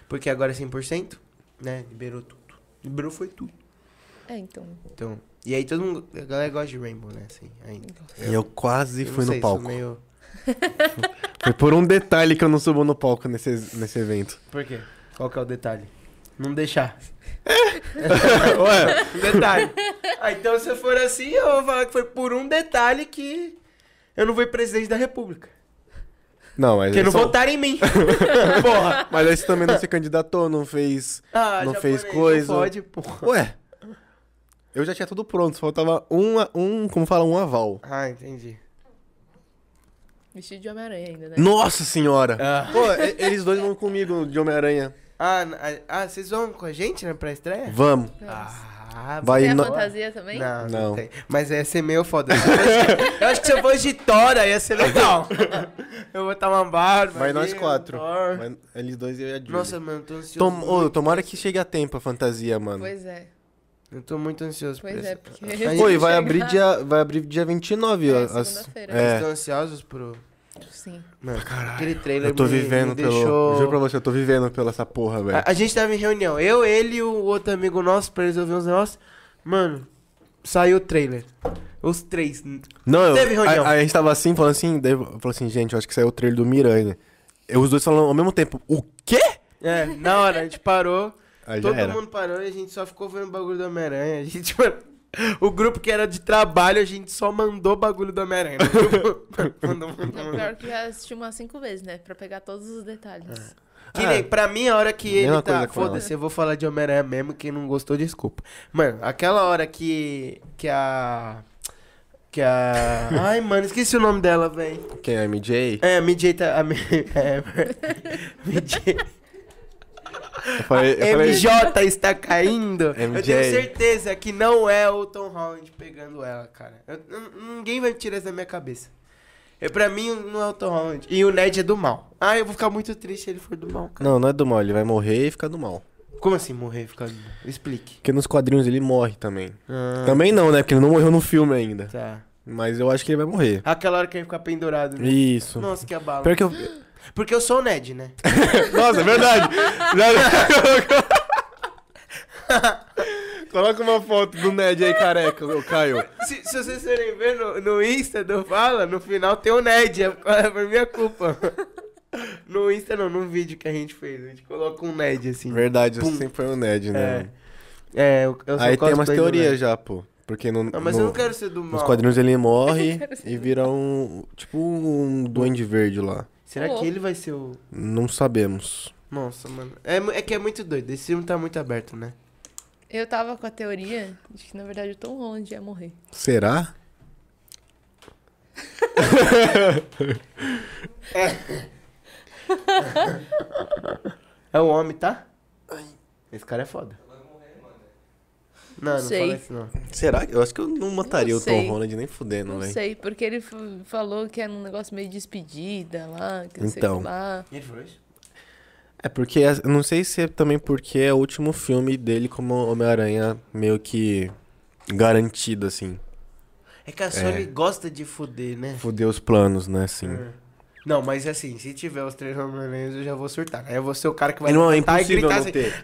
Porque agora é 100%, né? Liberou tudo. Liberou foi tudo.
É, então.
Então, e aí todo mundo, a galera gosta de Rainbow, né? Assim, ainda.
E eu quase
Eu não
fui
sei,
no
sou
palco.
Meio...
Foi por um detalhe que eu não subo no palco nesse, nesse
*laughs*
evento.
Por quê? Qual que é o detalhe? Não
*laughs*
deixar. *laughs*
Ué,
Um detalhe. ah, então se for assim, eu vou falar que foi por um detalhe que eu não fui presidente da república.
não, mas é
Porque não
só- um-
votaram em
*laughs*
mim. porra.
Mas aí você também não se candidatou, não fez.
Ah,
Não
japonês,
fez coisa.
Não pode, porra.
Ué. Eu já tinha tudo pronto, faltava um, a- um como fala, um aval.
Ah, entendi.
Vestido de Homem-Aranha ainda,
É.
né?
Nossa senhora!
Ah.
Pô, e- eles dois vão comigo de Homem-Aranha.
Ah, n- ah, ah, vocês vão com a gente na pré-estreia?
Vamos.
Ah,
Vai
Tem a
no-
fantasia também?
Não, não,
Não.
tem. Mas ia ser meio foda. Se eu fosse- Eu acho que se eu fosse de Tora, ia ser legal. Eu vou estar uma barba.
Vai
ali,
nós
um
quatro.
Thor.
Vai- é eles dois e eu e a Julie.
Nossa, mano, eu tô ansioso.
Tom, ô, tomara que chegue a tempo a fantasia, mano.
Pois é.
Eu tô muito ansioso por
Pois
isso.
é, porque-
Aí-
Pô, e vai
Chegar.
abrir dia, vai abrir dia 29.
É,
ó, as-
segunda-feira.
Vocês
É.
estão ansiosos pro...
Sim.
Mano, aquele trailer
Eu tô
me- me
vivendo pelo.
deixou...
Juro pra você, eu tô vivendo pela essa porra, velho.
A, a gente tava em reunião. Eu, ele e o outro amigo nosso pra resolver uns negócios. Mano, saiu o trailer. Os três.
Não, eu,
Teve reunião.
A, a gente tava assim, falando assim, daí eu- falou assim, gente, eu acho que saiu o trailer do Miranha. Eu, os dois falando ao mesmo tempo, o quê?
É, na hora, a gente parou.
Aí já
todo
era.
mundo parou e a gente só ficou vendo o bagulho do Homem-Aranha. A gente, mano, o grupo que era de trabalho, a gente só mandou bagulho do Homem-Aranha. *laughs* Mandou, mandou,
É
mandou.
pior que já assisti umas cinco vezes, né? Pra pegar todos os detalhes.
Que nem, pra mim, a hora que ele
Ah, mesma
tá.
coisa com ela.
Foda-se, eu vou falar de Homem-Aranha mesmo. Quem não gostou, desculpa. Mano, aquela hora que. Que a. Que
*laughs*
a. Ai, mano, esqueci o nome dela, velho.
Quem é MJ?
É, a MJ tá. A, Mi- *laughs* é,
*laughs*
MJ,
Eu falei, "É eu falei-
MJ está caindo. Eu
MJ.
tenho certeza que não é o Tom Holland pegando ela, cara. Eu- n- ninguém vai tirar isso da minha cabeça. Eu, pra mim, não é o Tom Holland. E o Ned é do mal. Ah, eu vou ficar muito triste se ele for do mal, cara.
Não, não é do mal, ele vai morrer e fica do mal.
Como assim morrer? Ficar... do mal? Explique.
Porque nos quadrinhos ele morre também.
Ah,
Também não, né? Porque ele não morreu no filme ainda.
tá.
Mas eu acho que ele vai morrer.
Aquela hora que ele fica pendurado. né?
Isso.
Nossa, que abalo.
Pior que eu...
Porque eu sou o Ned, né? *laughs*
*laughs* Nossa, é verdade. Já- *laughs* Coloca uma foto do Ned aí careca, o Caio.
Se, se vocês forem ver no, no Insta do Fala, no final tem o Ned, é por é por minha culpa. *laughs* No Insta não, num vídeo que a gente fez, a gente coloca um Ned assim.
Verdade,
Pum.
sempre foi o Ned, né?
É, eu, eu sou
Aí tem umas
cosplay do
teorias
Ned.
já, pô. Porque no,
Não, mas
no-
eu não quero ser do mal.
nos quadrinhos
*laughs*
ele morre e vira um. Tipo um duende verde lá.
Será que ele vai ser o.
Não sabemos.
Nossa, mano. É, mu- é que é muito doido, esse filme tá muito aberto, né?
Eu tava com a teoria de que, na verdade, o Tom Holland ia morrer.
Será?
É o homem, tá? Esse cara é foda. Não, não
Sei.
fala isso não.
Será? que- Eu acho que eu não mataria
Não
o
sei.
Tom Holland nem fudendo,
Não
velho.
sei, porque ele f- falou que era um negócio meio despedida lá, que não sei o
Então.
que lá.
Ele falou isso?
É porque, as- eu não sei se é também porque é o último filme dele como Homem-Aranha meio que garantido, assim.
É que a Sony gosta de fuder, né?
Fudeu os planos, né, assim.
É. Não, mas assim, se tiver os três Homem-Aranhas, eu já vou surtar. Aí eu vou ser o cara que vai
Não, é
levantar
impossível não
assim. "Ah!"
ter.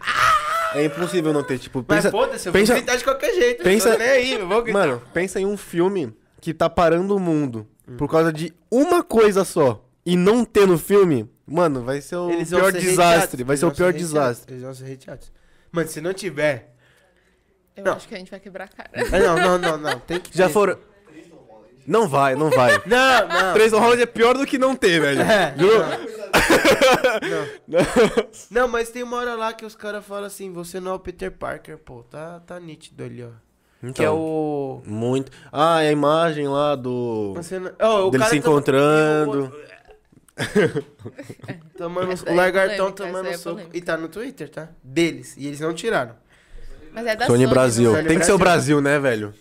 É impossível não ter, tipo,
Mas
pensa...
foda-se, eu
pensa-
vou gritar de qualquer jeito.
pensa-
Pensa... Tô nem aí, eu vou gritar.
Mano, pensa em um filme que tá parando o mundo
Hum.
por causa de uma coisa só e não ter no filme, mano, vai ser o
vão
pior
ser
desastre.
hateados,
Vai
eles
ser o
vão
pior
hateados,
desastre.
Eles vão ser hateados. Mano, se não tiver...
Eu
Não.
acho que a gente vai quebrar a cara.
Ah, Não, não, não, não. Tem que
É. Já
ter.
foram. Não vai, não vai.
É. *laughs* Não, não.
Três do Holland é pior do que não ter, velho.
É,
Juro?
Não, mas tem uma hora lá que os caras falam assim, você não é o Peter Parker, pô. Tá, tá nítido ali, ó.
Então.
Que é o...
Muito. Ah, e a imagem lá do.
Você não... Ó, o
Dele
cara
se
tá-
encontrando.
Tomando...
Essa
O
aí é
Lagartão
polêmica, essa
tomando
aí é
soco.
polêmica.
E tá no Twitter, tá? Deles. E eles não tiraram.
Mas é da
Sony
não
Brasil.
Sony
Tem que ser o
Brasil.
Brasil, né, velho?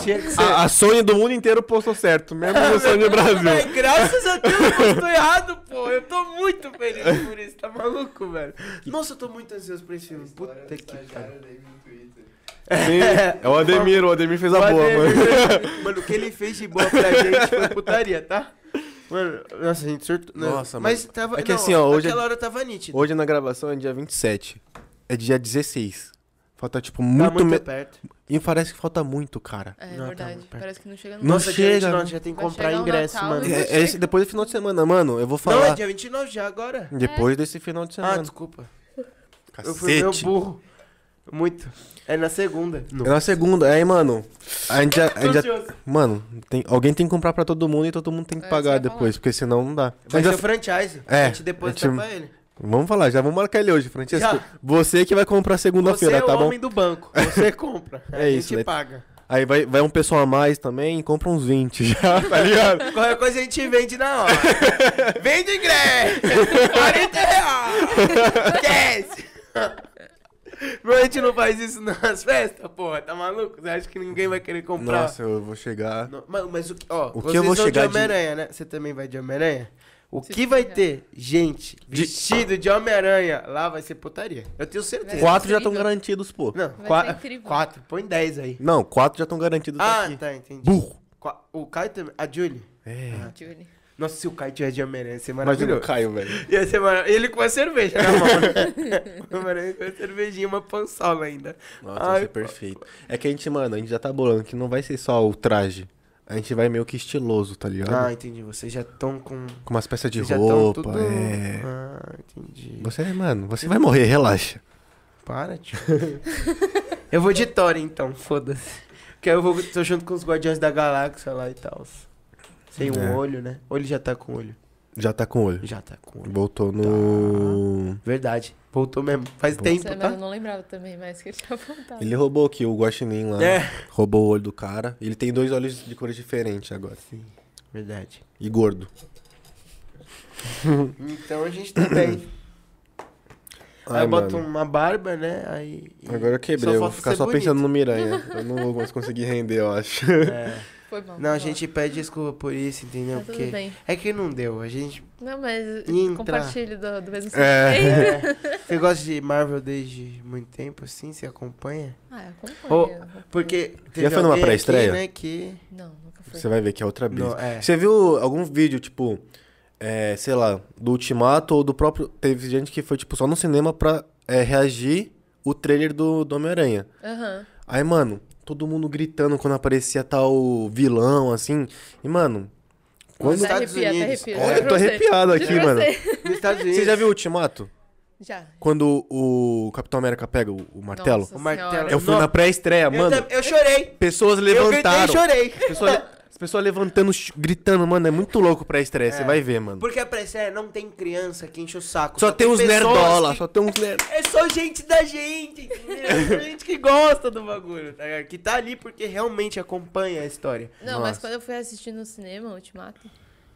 Tinha que ser.
A, a Sony do mundo inteiro postou certo, mesmo
*laughs*
no Sony
Ai,
Brasil.
graças a Deus eu estou errado, pô. Eu tô muito feliz por isso, tá maluco, velho? Nossa, eu tô muito ansioso pra esse filme. Puta que pariu.
Sim, é o Ademir, o Ademir fez a
Mas é.
boa,
ele-
mano.
Tá Mano, o que ele fez de boa pra gente foi putaria, tá? Mano, nossa, a gente surtou. né?
Nossa,
mas
mano.
tava.
É que
não,
assim, ó, hoje
Aquela
é-
hora tava nítido.
Hoje na gravação é dia 27. É dia 16. Falta, tipo,
Tá
muito.
muito
me-
perto.
E parece que falta muito, cara.
É
Não, tá
verdade.
muito perto.
Parece que não chega no
Não
nossa, dia
chega.
29 já tem que
Vai
comprar
chegar o
ingresso,
Natal né?
mano.
e vai-
Não,
É, é esse- depois do final de semana, mano, eu vou falar.
é dia 29 já agora.
Depois desse final de
Ah,
semana.
desculpa.
Cacete.
Eu fui meu burro. Muito. É na segunda.
É na segunda, aí, mano. A gente já. a gente já-
Ansioso.
mano, tem, alguém tem que comprar pra todo mundo e todo mundo tem que
É,
pagar
isso que eu ia
depois, porque senão não dá.
Vai
Mas já-
ser o franchise.
É,
a gente deposita
a gente-
pra ele.
Vamos falar, já vamos marcar ele hoje, Francesco.
Já.
Você que vai comprar
Você
segunda-feira,
é
tá
o
bom?
homem do banco. Você
*laughs*
compra.
É
a
isso,
gente
né?
paga.
Aí vai, vai um pessoal a mais também e compra uns 20 *laughs* já, tá ligado?
Qualquer coisa a gente vende na
*laughs*
hora. Vende ingresso! 40 reais! Esquece! Mas a gente não faz isso nas festas, porra. Tá maluco? Você acha que ninguém vai querer comprar?
Nossa, eu vou chegar.
No- Mas, mas o que, ó,
que eu
vocês
vou
vão
chegar
de
de-
Homem-Aranha, né? Você também vai de Homem-Aranha? O
Se
que vai
tiver.
ter gente vestido de Homem-Aranha lá vai ser putaria. Eu tenho certeza.
Vai.
Quatro já estão
incrível.
garantidos, pô.
é Não,
ser
qua-
incrível.
quatro. Põe 10 aí.
Não, quatro já estão garantidos
Ah,
aqui.
tá, entendi.
Burro.
Qua- O Caio também. A Julie.
É.
Julie.
Nossa, se o Caio tiver de Homem-Aranha, ia ser
Imagina
maravilhoso.
o Caio, velho.
*laughs* Ia ser maravilhoso. Ele com a cerveja na mão,
*laughs*
né? O Homem-Aranha com a cervejinha, uma pançola ainda.
Nossa, vai
Ai,
ser
pô.
É perfeito. É que a gente, mano, a gente já tá bolando que não vai ser só o traje. a gente vai meio que estiloso, tá ligado?
Ah, entendi. Vocês já estão com.
Com umas peças de
vocês já tão
roupa,
tudo-
é.
Ah, entendi.
Você, mano, você vai morrer, relaxa.
Para, tio. *laughs* eu vou de Thor, então, foda-se. Porque aí eu vou, tô junto com os Guardiões da Galáxia lá e tal. Sem um
É.
olho, né? Ou ele já tá com olho?
Já tá com o olho.
Já tá com olho.
Voltou
Tá.
no.
Verdade. Voltou mesmo. Faz
Nossa,
tempo,
mas eu
tá?
não lembrava também mais que ele tinha voltado.
Ele roubou aqui o guaxinim lá.
É.
Roubou o olho do cara. Ele tem dois olhos de cores diferentes agora.
Verdade.
E gordo.
Então a gente tá bem. Aí
*coughs* Ai,
eu boto
mano.
uma barba, né? Aí. e-
Agora eu quebrei, eu vou
falta
ficar
ser
só
bonito.
pensando
*laughs*
no Miranha. Eu não vou mais conseguir render, eu acho.
É.
*laughs*
Foi bom.
Não, a
foi bom.
gente pede desculpa por isso, entendeu?
Tá tudo
Porque
bem.
é que não deu. A
*laughs*
gente.
Não, mas
Entra.
compartilho do, do mesmo sentimento.
É.
Você gosta de Marvel desde muito tempo, assim? Você acompanha?
Ah, eu
Ou-
acompanho. eu
Porque.
Já foi numa
alguém aqui,
pré-estreia?
né, que.
acompanho. Não, nunca foi.
Você vai ver que é outra brisa.
Não, é.
Você viu algum vídeo, tipo, é, sei lá, do Ultimato ou do próprio. Teve gente que foi, tipo, só no cinema pra é, reagir o trailer do, do Homem-Aranha.
Aham.
Aí, mano, todo mundo gritando quando aparecia tal vilão, assim. E, mano,
Nos
quando.
Até
Estados
arrepia, até
Unidos. É,
arrepia,
Olha,
juro
eu
pra
tô
você.
arrepiado
Juro
aqui,
pra
mano.
você. *laughs*
Nos Estados Unidos.
Você já viu o Ultimato?
Já.
Quando o Capitão América pega o, o martelo?
Nossa
O martelo.
Senhora.
Eu fui
Não.
na pré-estreia,
Eu,
mano.
tam- eu chorei.
Pessoas
Eu gritei e
levantaram.
chorei.
Pessoa- as pessoas levantando, ch- gritando, mano, é muito louco pra estreia, você vai ver, mano.
*laughs* É. Porque a pré-estreia não tem criança que enche o saco.
Só tem uns
pessoas
nerdola,
que-
só tem uns nerd...
É só gente da gente, entendeu? É só gente que gosta do bagulho, tá ligado? Que tá ali porque realmente acompanha a história.
Não, mas quando eu fui assistir no cinema, Ultimato,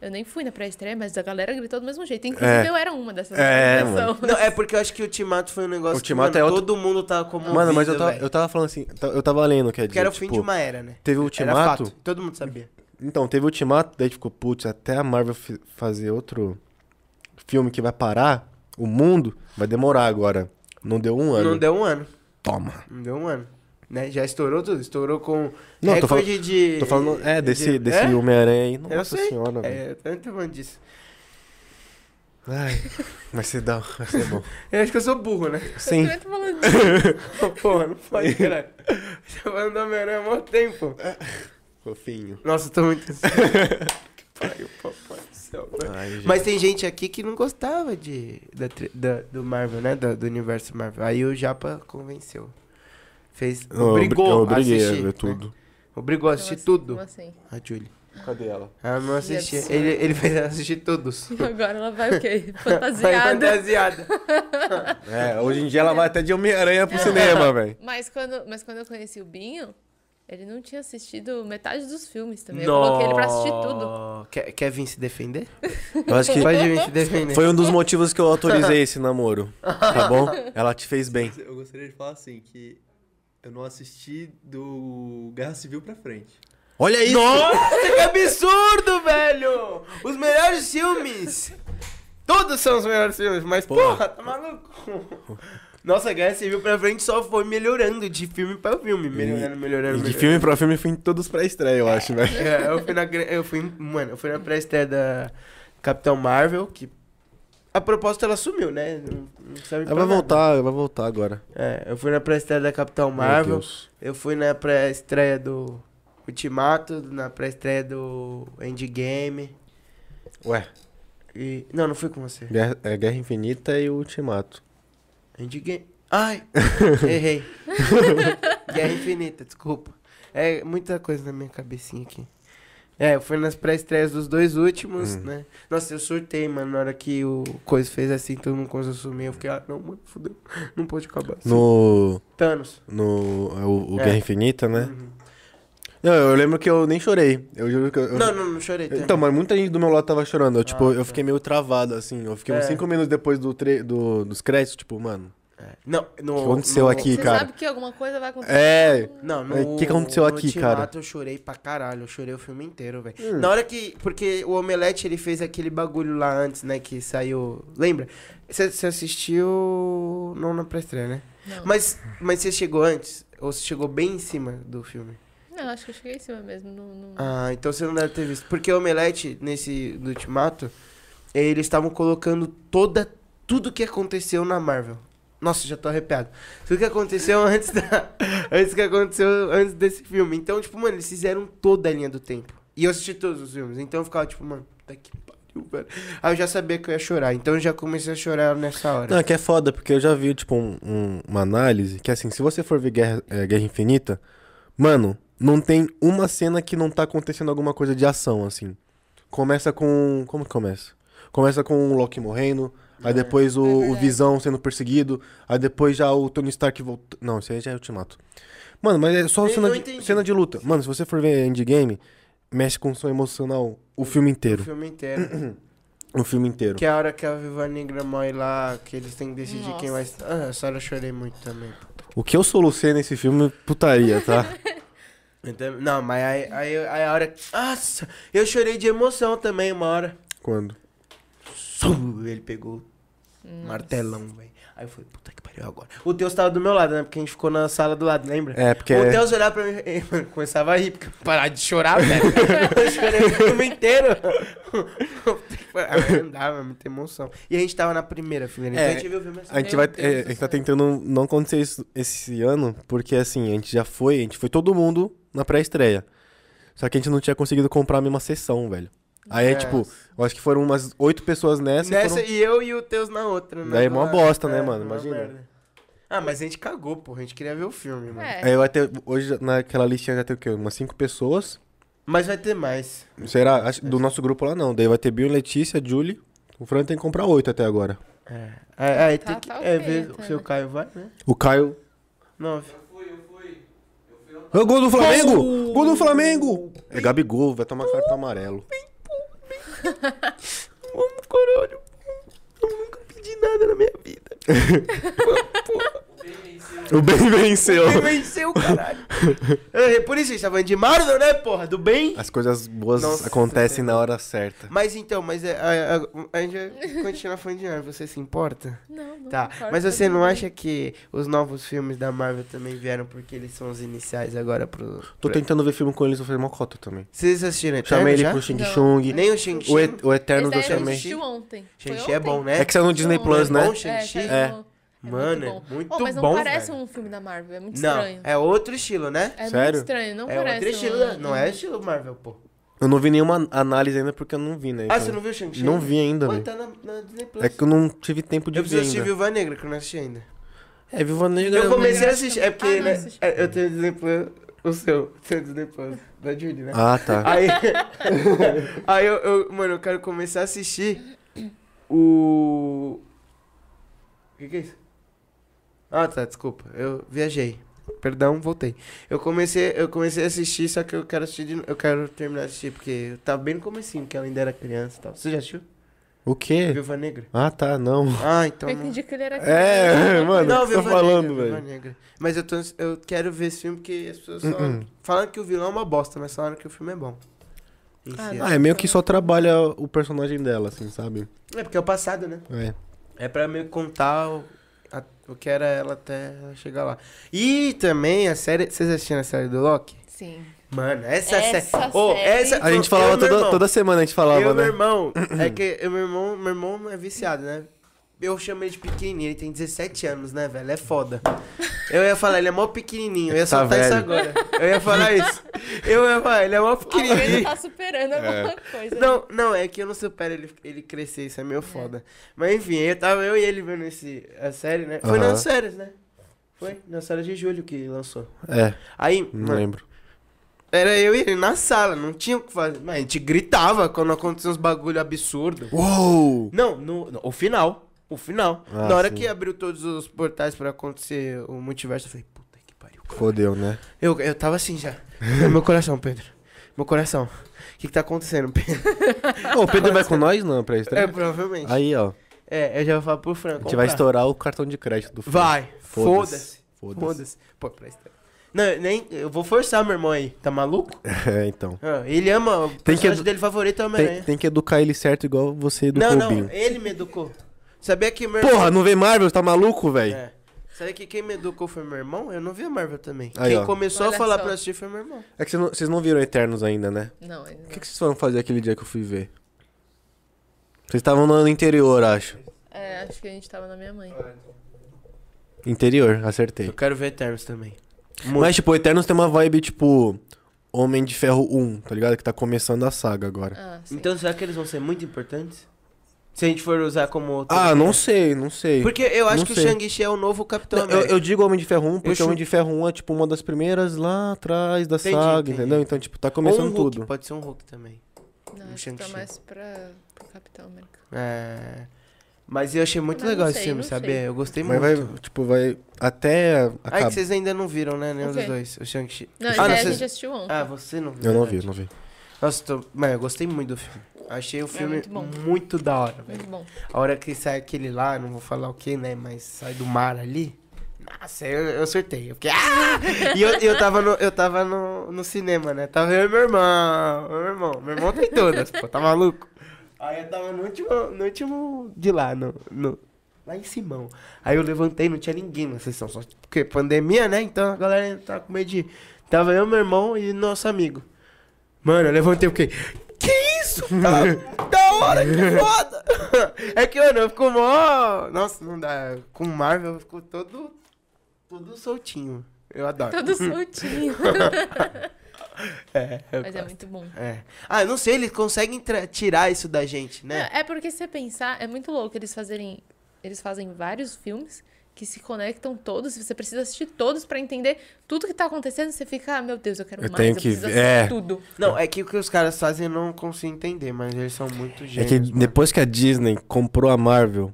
eu nem fui na pré-estreia, mas a galera gritou do mesmo jeito. Inclusive,
É.
eu era uma dessas
É,
pessoas.
Não, é porque eu acho que o Ultimato foi um negócio
Ultimato
que
é
mano,
outro-
todo mundo tava comovido,
Mano, mas eu tava,
velho.
eu tava falando assim, ta- eu tava lendo, quer dizer,
Porque era o
tipo,
fim de uma era, né?
teve o
Era
ultimato,
fato, todo mundo sabia.
então, teve o ultimato, daí ficou, putz, até a Marvel fi- fazer outro filme que vai parar o mundo, vai demorar agora. Não deu um ano.
Não deu um ano,
Toma.
não deu um ano. Né? Já estourou tudo, estourou com
Não, tô
recorde
falando-
de...
Tô falando, é,
de-
desse, desse
É?
Homem-Aranha aí.
Eu
Nossa
sei,
senhora, velho.
é, eu tô falando disso.
Ai, vai ser, da, vai
*laughs*
ser bom.
Eu acho que eu sou burro, né? *laughs*
Sim.
*laughs* Eu tô falando disso.
Porra, não
*laughs*
pode, caralho. Você falando do Homem-Aranha há muito tempo.
Fofinho.
Nossa, eu tô muito. assim.
*laughs*
Que pariu, papai do céu, velho.
Ai, gente.
Mas tem gente aqui que não gostava de, da tri- da- do Marvel, né? Do, do universo Marvel. Aí o Japa convenceu. Fez,
Não, eu
obrigou
obri- eu
a
obriguei a
assistir.
ver
né?
tudo.
Obrigou a assistir tudo.
Como assim? *laughs*
A Julie.
Cadê ela?
Ela não
Que
assistia.
absurdo.
Ele, ele fez ela assistir
*laughs*
todos.
E agora ela vai
*laughs*
o quê?
Foi
Fantasiada.
fantasiada.
É, hoje em dia ela vai até de Homem-Aranha pro
*laughs*
cinema, velho.
Mas quando, mas quando eu conheci o Binho, ele não tinha assistido metade dos filmes também. Eu
Nó.
coloquei ele pra assistir tudo.
Quer, quer vir se defender?
Eu acho que
Pode vir se defender.
foi um dos motivos que eu autorizei esse namoro, tá bom? Ela te fez bem.
Eu gostaria de falar assim, que eu não assisti do Guerra Civil pra frente.
Olha isso!
Nossa, que absurdo, velho! Os melhores filmes! Todos são os melhores filmes, mas porra, tá maluco? Nossa, a Guerra Civil pra frente só foi melhorando de filme pra filme. Melhorando, melhorando,
E de
melhorando.
filme pra filme fui em todos pra estreia, eu acho, velho.
É, eu fui na. gra- Eu fui, mano, eu fui na pré-estreia da Capitão Marvel, que. A proposta ela sumiu, né? Não, não serve pra
Ela vai
nada.
voltar, ela vai voltar agora.
É, eu fui na pré-estreia da Capitão
Meu
Marvel.
Deus.
Eu fui na pré-estreia do Ultimato, na pré-estreia do Endgame.
Ué,
E... Não, não fui com você.
Guerra, é Guerra Infinita e o Ultimato.
Endgame.
*laughs*
Ai! Errei. Guerra Infinita, desculpa. É muita coisa na minha cabecinha aqui. É, eu fui nas pré-estreias dos dois últimos,
Hum.
né? Nossa, eu surtei, mano, na hora que o Coisa fez assim, todo mundo começou a sumir. Eu fiquei, ah, não, mano, fudeu. Não pode acabar. assim.
No.
Thanos.
No.
É.
é O, o
Uhum.
Guerra Infinita, né? Não, eu lembro que eu nem chorei. Eu juro que eu. eu-
Não, não, não chorei. também.
Então, mas muita gente do meu lado tava chorando. Eu, tipo,
Ah, tá.
eu fiquei meio travado, assim. Eu fiquei uns
É.
5 minutos depois do tre- do- dos créditos, tipo, mano.
É. Não, no,
O que aconteceu
no-
aqui,
Você
cara?
sabe que alguma coisa vai acontecer.
É.
Não,
É,
no.
que que aconteceu
no
aqui,
Ultimato
cara? Hum.
Eu chorei pra caralho, eu chorei o filme inteiro, velho. Na hora que. Porque o Omelete ele fez aquele bagulho lá antes, né? Que saiu. Lembra? Você assistiu. Não na pré-estreia, né?
Não.
Mas mas você chegou antes? Ou você chegou bem em cima do filme?
Não, acho que eu cheguei em cima mesmo. Não, não-
Ah, então você não deve ter visto. Porque o Omelete, nesse do Ultimato, eles estavam colocando toda. Tudo que aconteceu na Marvel. Nossa, já tô arrepiado. Tudo que aconteceu *laughs* antes da. antes que aconteceu antes desse filme. Então, tipo, mano, eles fizeram toda a linha do tempo. E eu assisti todos os filmes. Então eu ficava tipo, mano, tá que pariu, velho. Aí eu já sabia que eu ia chorar. Então eu já comecei a chorar nessa hora.
Não, é que é foda, porque eu já vi, tipo, um- um- uma análise que, assim, se você for ver Guerra, é, Guerra Infinita, mano, não tem uma cena que não tá acontecendo alguma coisa de ação, assim. Começa com. Como que começa? Começa com o Loki morrendo, aí depois o, o Visão sendo perseguido, aí depois já o Tony Stark voltando. Não, isso aí já é Ultimato. Mano, mas é só
Eu
cena
não
de,
entendi.
cena de luta. Mano, se você for ver Endgame, mexe com o som emocional o filme
O
inteiro.
filme inteiro.
O filme inteiro.
que é a hora que a Viva Negra morre lá, que eles têm que decidir quem vai.
Nossa.
Ah, essa hora eu chorei muito também.
O que eu solucei nesse filme, putaria, tá?
Então, não, mas aí, aí, aí a hora. Nossa! Eu chorei de emoção também uma hora.
Quando?
Sum, ele pegou um martelão, velho. Aí eu falei, puta que pariu agora. O Teus tava do meu lado, né? Porque a gente ficou na sala do lado, lembra?
É, porque-
O Teus olhava pra mim *laughs* e mano, começava a rir, porque eu parar de chorar,
*laughs*
velho. eu chorei o filme inteiro. *laughs* Ah, Não dava, muita emoção. E a gente tava na primeira, filha. Então
É,
a gente viu o filme assim.
A gente,
Meu
vai,
Deus
é,
do
a gente tá
céu.
tentando não acontecer isso esse ano, porque assim, a gente já foi, a gente foi todo mundo na pré-estreia. Só que a gente não tinha conseguido comprar a mesma sessão, velho. Aí,
É.
tipo, eu acho que foram umas oito pessoas nessa. e
Nessa,
foram-
e eu e o Teus na outra, né?
Daí é mó
Do
bosta, né,
É,
mano?
mó
Imagina.
merda. Ah, mas a gente cagou, porra. A gente queria ver o filme, mano.
É.
Aí vai ter, hoje naquela listinha já tem o quê? Umas cinco pessoas.
Mas vai ter mais.
Será? Acho, do nosso grupo lá não. Daí vai ter Bill, Letícia, Julie. O Fran tem que comprar oito até agora.
É. Aí, aí
Tá-
tem que
tá
é,
ok,
ver
até,
se o
né?
Caio vai, né?
O Caio.
Nove.
É o gol do Flamengo! Gol do Flamengo! É Gabigol, vai tomar cartão amarelo.
Como corolho? Eu nunca pedi nada na minha
*laughs*
vida.
O bem venceu. *laughs*
Quem venceu, caralho? É, por isso a gente tá falando de Marvel, né, porra? Do bem?
As coisas boas
Nossa,
acontecem na hora certa.
Mas então, mas é, a, a- a gente vai continuar falando de Marvel, você se importa?
Não, *laughs* não
Tá,
importa,
mas você não
tudo bem.
acha que os novos filmes da Marvel também vieram porque eles são os iniciais agora pro...
Tô
pro-
tentando ver filme com eles, eu falei mocota também.
Vocês assistiram Eterno
Chamei ele
já?
pro Xing
Não.
Chung.
Nem o Shang-Chi?
O, E- o
um
Eterno
Esse
eu
daí a gente
chamei.
assistiu ontem. Foi
Shang-Chi é
ontem?
bom, né?
É que saiu no Disney
Não,
Plus,
é bom,
né?
Shang-Chi?
saiu
É.
no-
Mano, é
bom.
muito
Pô, mas
bom,
não parece
velho.
um filme da Marvel, é muito
Não,
estranho.
é outro estilo, né?
É
Sério?
muito estranho, não
é
parece.
outro
um-
estilo, não é estilo Marvel, pô.
Eu não vi nenhuma análise ainda porque eu não vi,
Ah,
né? então.
você não viu o Shang-Chi?
Não vi ainda,
Pô,
velho.
tá na, na Disney Plus.
É que eu não tive tempo de
Eu
ver
preciso assistir
ainda.
Viúva Negra, que eu não assisti ainda.
É, Viva Negra.
Eu comecei a
Negra.
assistir, é porque
Ah, não,
né,
assisti.
é, eu tenho Disney Plus, o seu, *laughs* tenho Disney Plus, da Julie, né?
Ah, tá. *laughs*
Aí, aí eu, eu- mano, eu quero começar a assistir o... O que que é isso? Ah, tá, desculpa, eu viajei. Perdão, voltei. Eu comecei, eu comecei a assistir, só que eu quero assistir, de no- eu quero terminar de assistir, porque tá bem no comecinho, que ela ainda era criança e tal. Você já assistiu?
O quê?
Viúva Negra?
Ah, tá, não.
Ah, então...
Eu
não-
entendi que ele era
É, mano, o que você tá
Viúva
falando,
Negra, Viúva
velho?
Negra. Mas eu, tô, eu quero ver esse filme porque as pessoas só
Uh-uh.
falam que o vilão é uma bosta, mas falaram que o filme é bom. Em
Ah,
si,
não.
Ah, é meio que só trabalha o personagem dela, assim, sabe?
é. É porque é o passado, né?
É.
É pra meio que contar o, a- o que era ela até ela chegar lá. E também a série. Vocês assistiram a série do Loki?
Sim.
Mano, essa,
Essa
série. Ô,
série.
essa...
A gente
eu,
falava
meu
toda,
irmão,
toda semana, a gente falava,
eu, e
né?
meu irmão, é que eu, meu irmão, meu irmão é viciado, né? Eu chamo ele de pequenininho, ele tem 17 anos, né, velho? É foda. Eu ia falar, ele é mó pequenininho, eu ia
Tá
soltar isso
velho.
agora. Eu ia falar isso. Eu ia falar, ele é mó
Alguém não
pequenininho.
tá superando
É.
alguma
*laughs*
coisa.
Não, não, é que eu não supero ele, ele crescer, isso é meio foda. Mas enfim, eu tava eu e ele vendo esse, a série, né? Foi
Aham.
nas séries, né? Foi nas séries de julho que lançou.
É,
Aí,
não
mano,
lembro.
era eu e ele na sala, não tinha o que fazer. Mas a gente gritava quando acontecia uns bagulho absurdo.
Uou!
Não, no, no- o final. O final.
Ah,
Na hora
sim.
que abriu todos os portais pra acontecer o multiverso, eu falei, puta que pariu. cara."
Fodeu, né?
Eu, eu tava assim já.
*laughs*
Meu coração, Pedro. Meu coração. O que, que tá acontecendo, Pedro?
Ô, o Pedro vai com nós não
*laughs*
pra
É,
estreia?
provavelmente.
Aí, ó.
É, eu já vou falar pro Franco.
A gente vai estourar o cartão de crédito do filho.
Vai.
Foda-se.
Foda-se.
Foda-se.
Foda-se. Pô, pra estreia. Não, eu nem. Eu vou forçar meu irmão aí. Tá maluco?
*laughs* É, então.
Ah, ele ama. O personagem
edu-
dele favorito é o
Tem,
Homem-Aranha.
tem que educar ele certo igual você educou
Não,
o
não.
Binho.
Ele me educou. Sabia que meu
Porra, não vê Marvel? Tá maluco, velho?
É. Sabe que quem me educou foi meu irmão? Eu não via Marvel também.
Aí,
quem
ó.
começou a
Olha
falar
só.
pra eu assistir foi meu irmão.
É que vocês não, vocês não viram Eternos ainda, né?
Não, ele não.
O que, que vocês foram fazer aquele dia que eu fui ver? Vocês estavam no interior, acho.
É, acho que a gente tava na minha mãe.
Interior, acertei.
quero ver Eternos também.
Mas, tipo, Eternos tem uma vibe, tipo... Homem de Ferro 1, tá ligado? Que tá começando a saga agora.
Ah, sim.
Então será que eles vão ser muito importantes? Se a gente for usar como.
Ah, não sei, não sei.
Porque eu acho
não
que
sei.
o Shang-Chi é o novo Capitão
Não, eu,
América.
eu digo Homem de Ferro 1 porque
chu-
Homem de Ferro 1 é tipo uma das primeiras lá atrás da
Entendi,
saga,
entendi.
entendeu? Então, tipo, tá
Ou um
começando
Hulk,
tudo.
Pode ser um Hulk também.
Não,
o
acho que tá
Shang-Chi.
mais pra, pro Capitão América.
É... Mas eu achei muito
Mas não
legal esse
sei,
filme,
não
sabe?
sei.
Eu gostei
Mas
muito.
vai, tipo, vai até
Ah, é
acabar.
que vocês ainda não viram, né? Nenhum
O
dos
quê?
dois. O Shang-Chi.
Não,
ah,
esse aí a
vocês-
gente assistiu ontem.
Ah, você não viu.
Eu não
né?
vi, não vi.
Nossa, tô... Mano, eu gostei muito do filme. Achei o filme
É muito bom.
muito, da hora, velho.
Muito
*laughs*
bom.
A hora que sai aquele lá, não vou falar o que, né? Mas sai do mar ali. Nossa, eu, eu surtei. Eu fiquei. "Ah!" E eu, eu tava, no, eu tava no, no cinema, né? Tava eu e meu irmão. Meu irmão, meu irmão tem todas, pô, tá maluco? Aí eu tava no último, no último de lá, no, no- lá em Simão. Aí eu levantei, não tinha ninguém na sessão. Só porque pandemia, né? Então a galera tá com medo de. Tava eu, meu irmão e nosso amigo. Mano, eu levantei e fiquei. Que isso?
*laughs*
Da, da hora, que foda! É que, mano, eu fico mó. Nossa, não dá. Com Marvel eu fico todo. Todo soltinho. Eu adoro.
Todo soltinho.
*laughs* É, eu
Mas é
gosto.
muito bom.
É. Ah, eu não sei, eles conseguem tra- tirar isso da gente, né?
Não, É porque se você pensar, é muito louco eles fazerem. Eles fazem vários filmes que se conectam todos, e você precisa assistir todos pra entender tudo que tá acontecendo, você fica, ah, meu Deus, eu quero
Eu
mais,
tenho
eu
que
preciso
ver."
assistir
É.
tudo.
Não, é que o que os caras fazem eu não consigo entender, mas eles são muito
É
gênios.
que
mano.
depois que a Disney comprou a Marvel,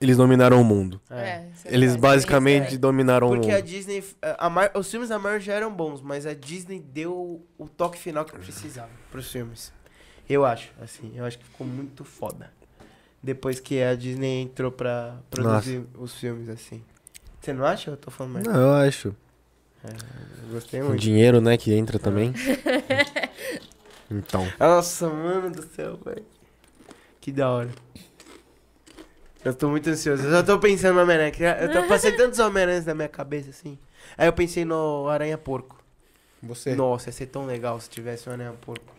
eles dominaram o mundo.
É, isso é
Eles
verdade,
basicamente
isso
dominaram o
Porque a
mundo.
Disney. a Mar- os filmes da Marvel já eram bons, mas a Disney deu o toque final que precisava pros filmes. Eu acho, assim, eu acho que ficou muito foda. Depois que a Disney entrou pra produzir os filmes, assim. Você não acha? Eu tô falando merda.
Não, eu acho.
Eu gostei
O
muito.
dinheiro, né, que entra também. então.
Nossa, mano do céu, velho. Que da hora. Eu tô muito ansioso. Eu já tô pensando no Homem-Aranha. que Eu tô- passei tantos Homem-Aranhas na minha cabeça, assim. Aí eu pensei no Aranha-Porco.
Você.
Nossa, ia ser tão legal se tivesse um Aranha-Porco.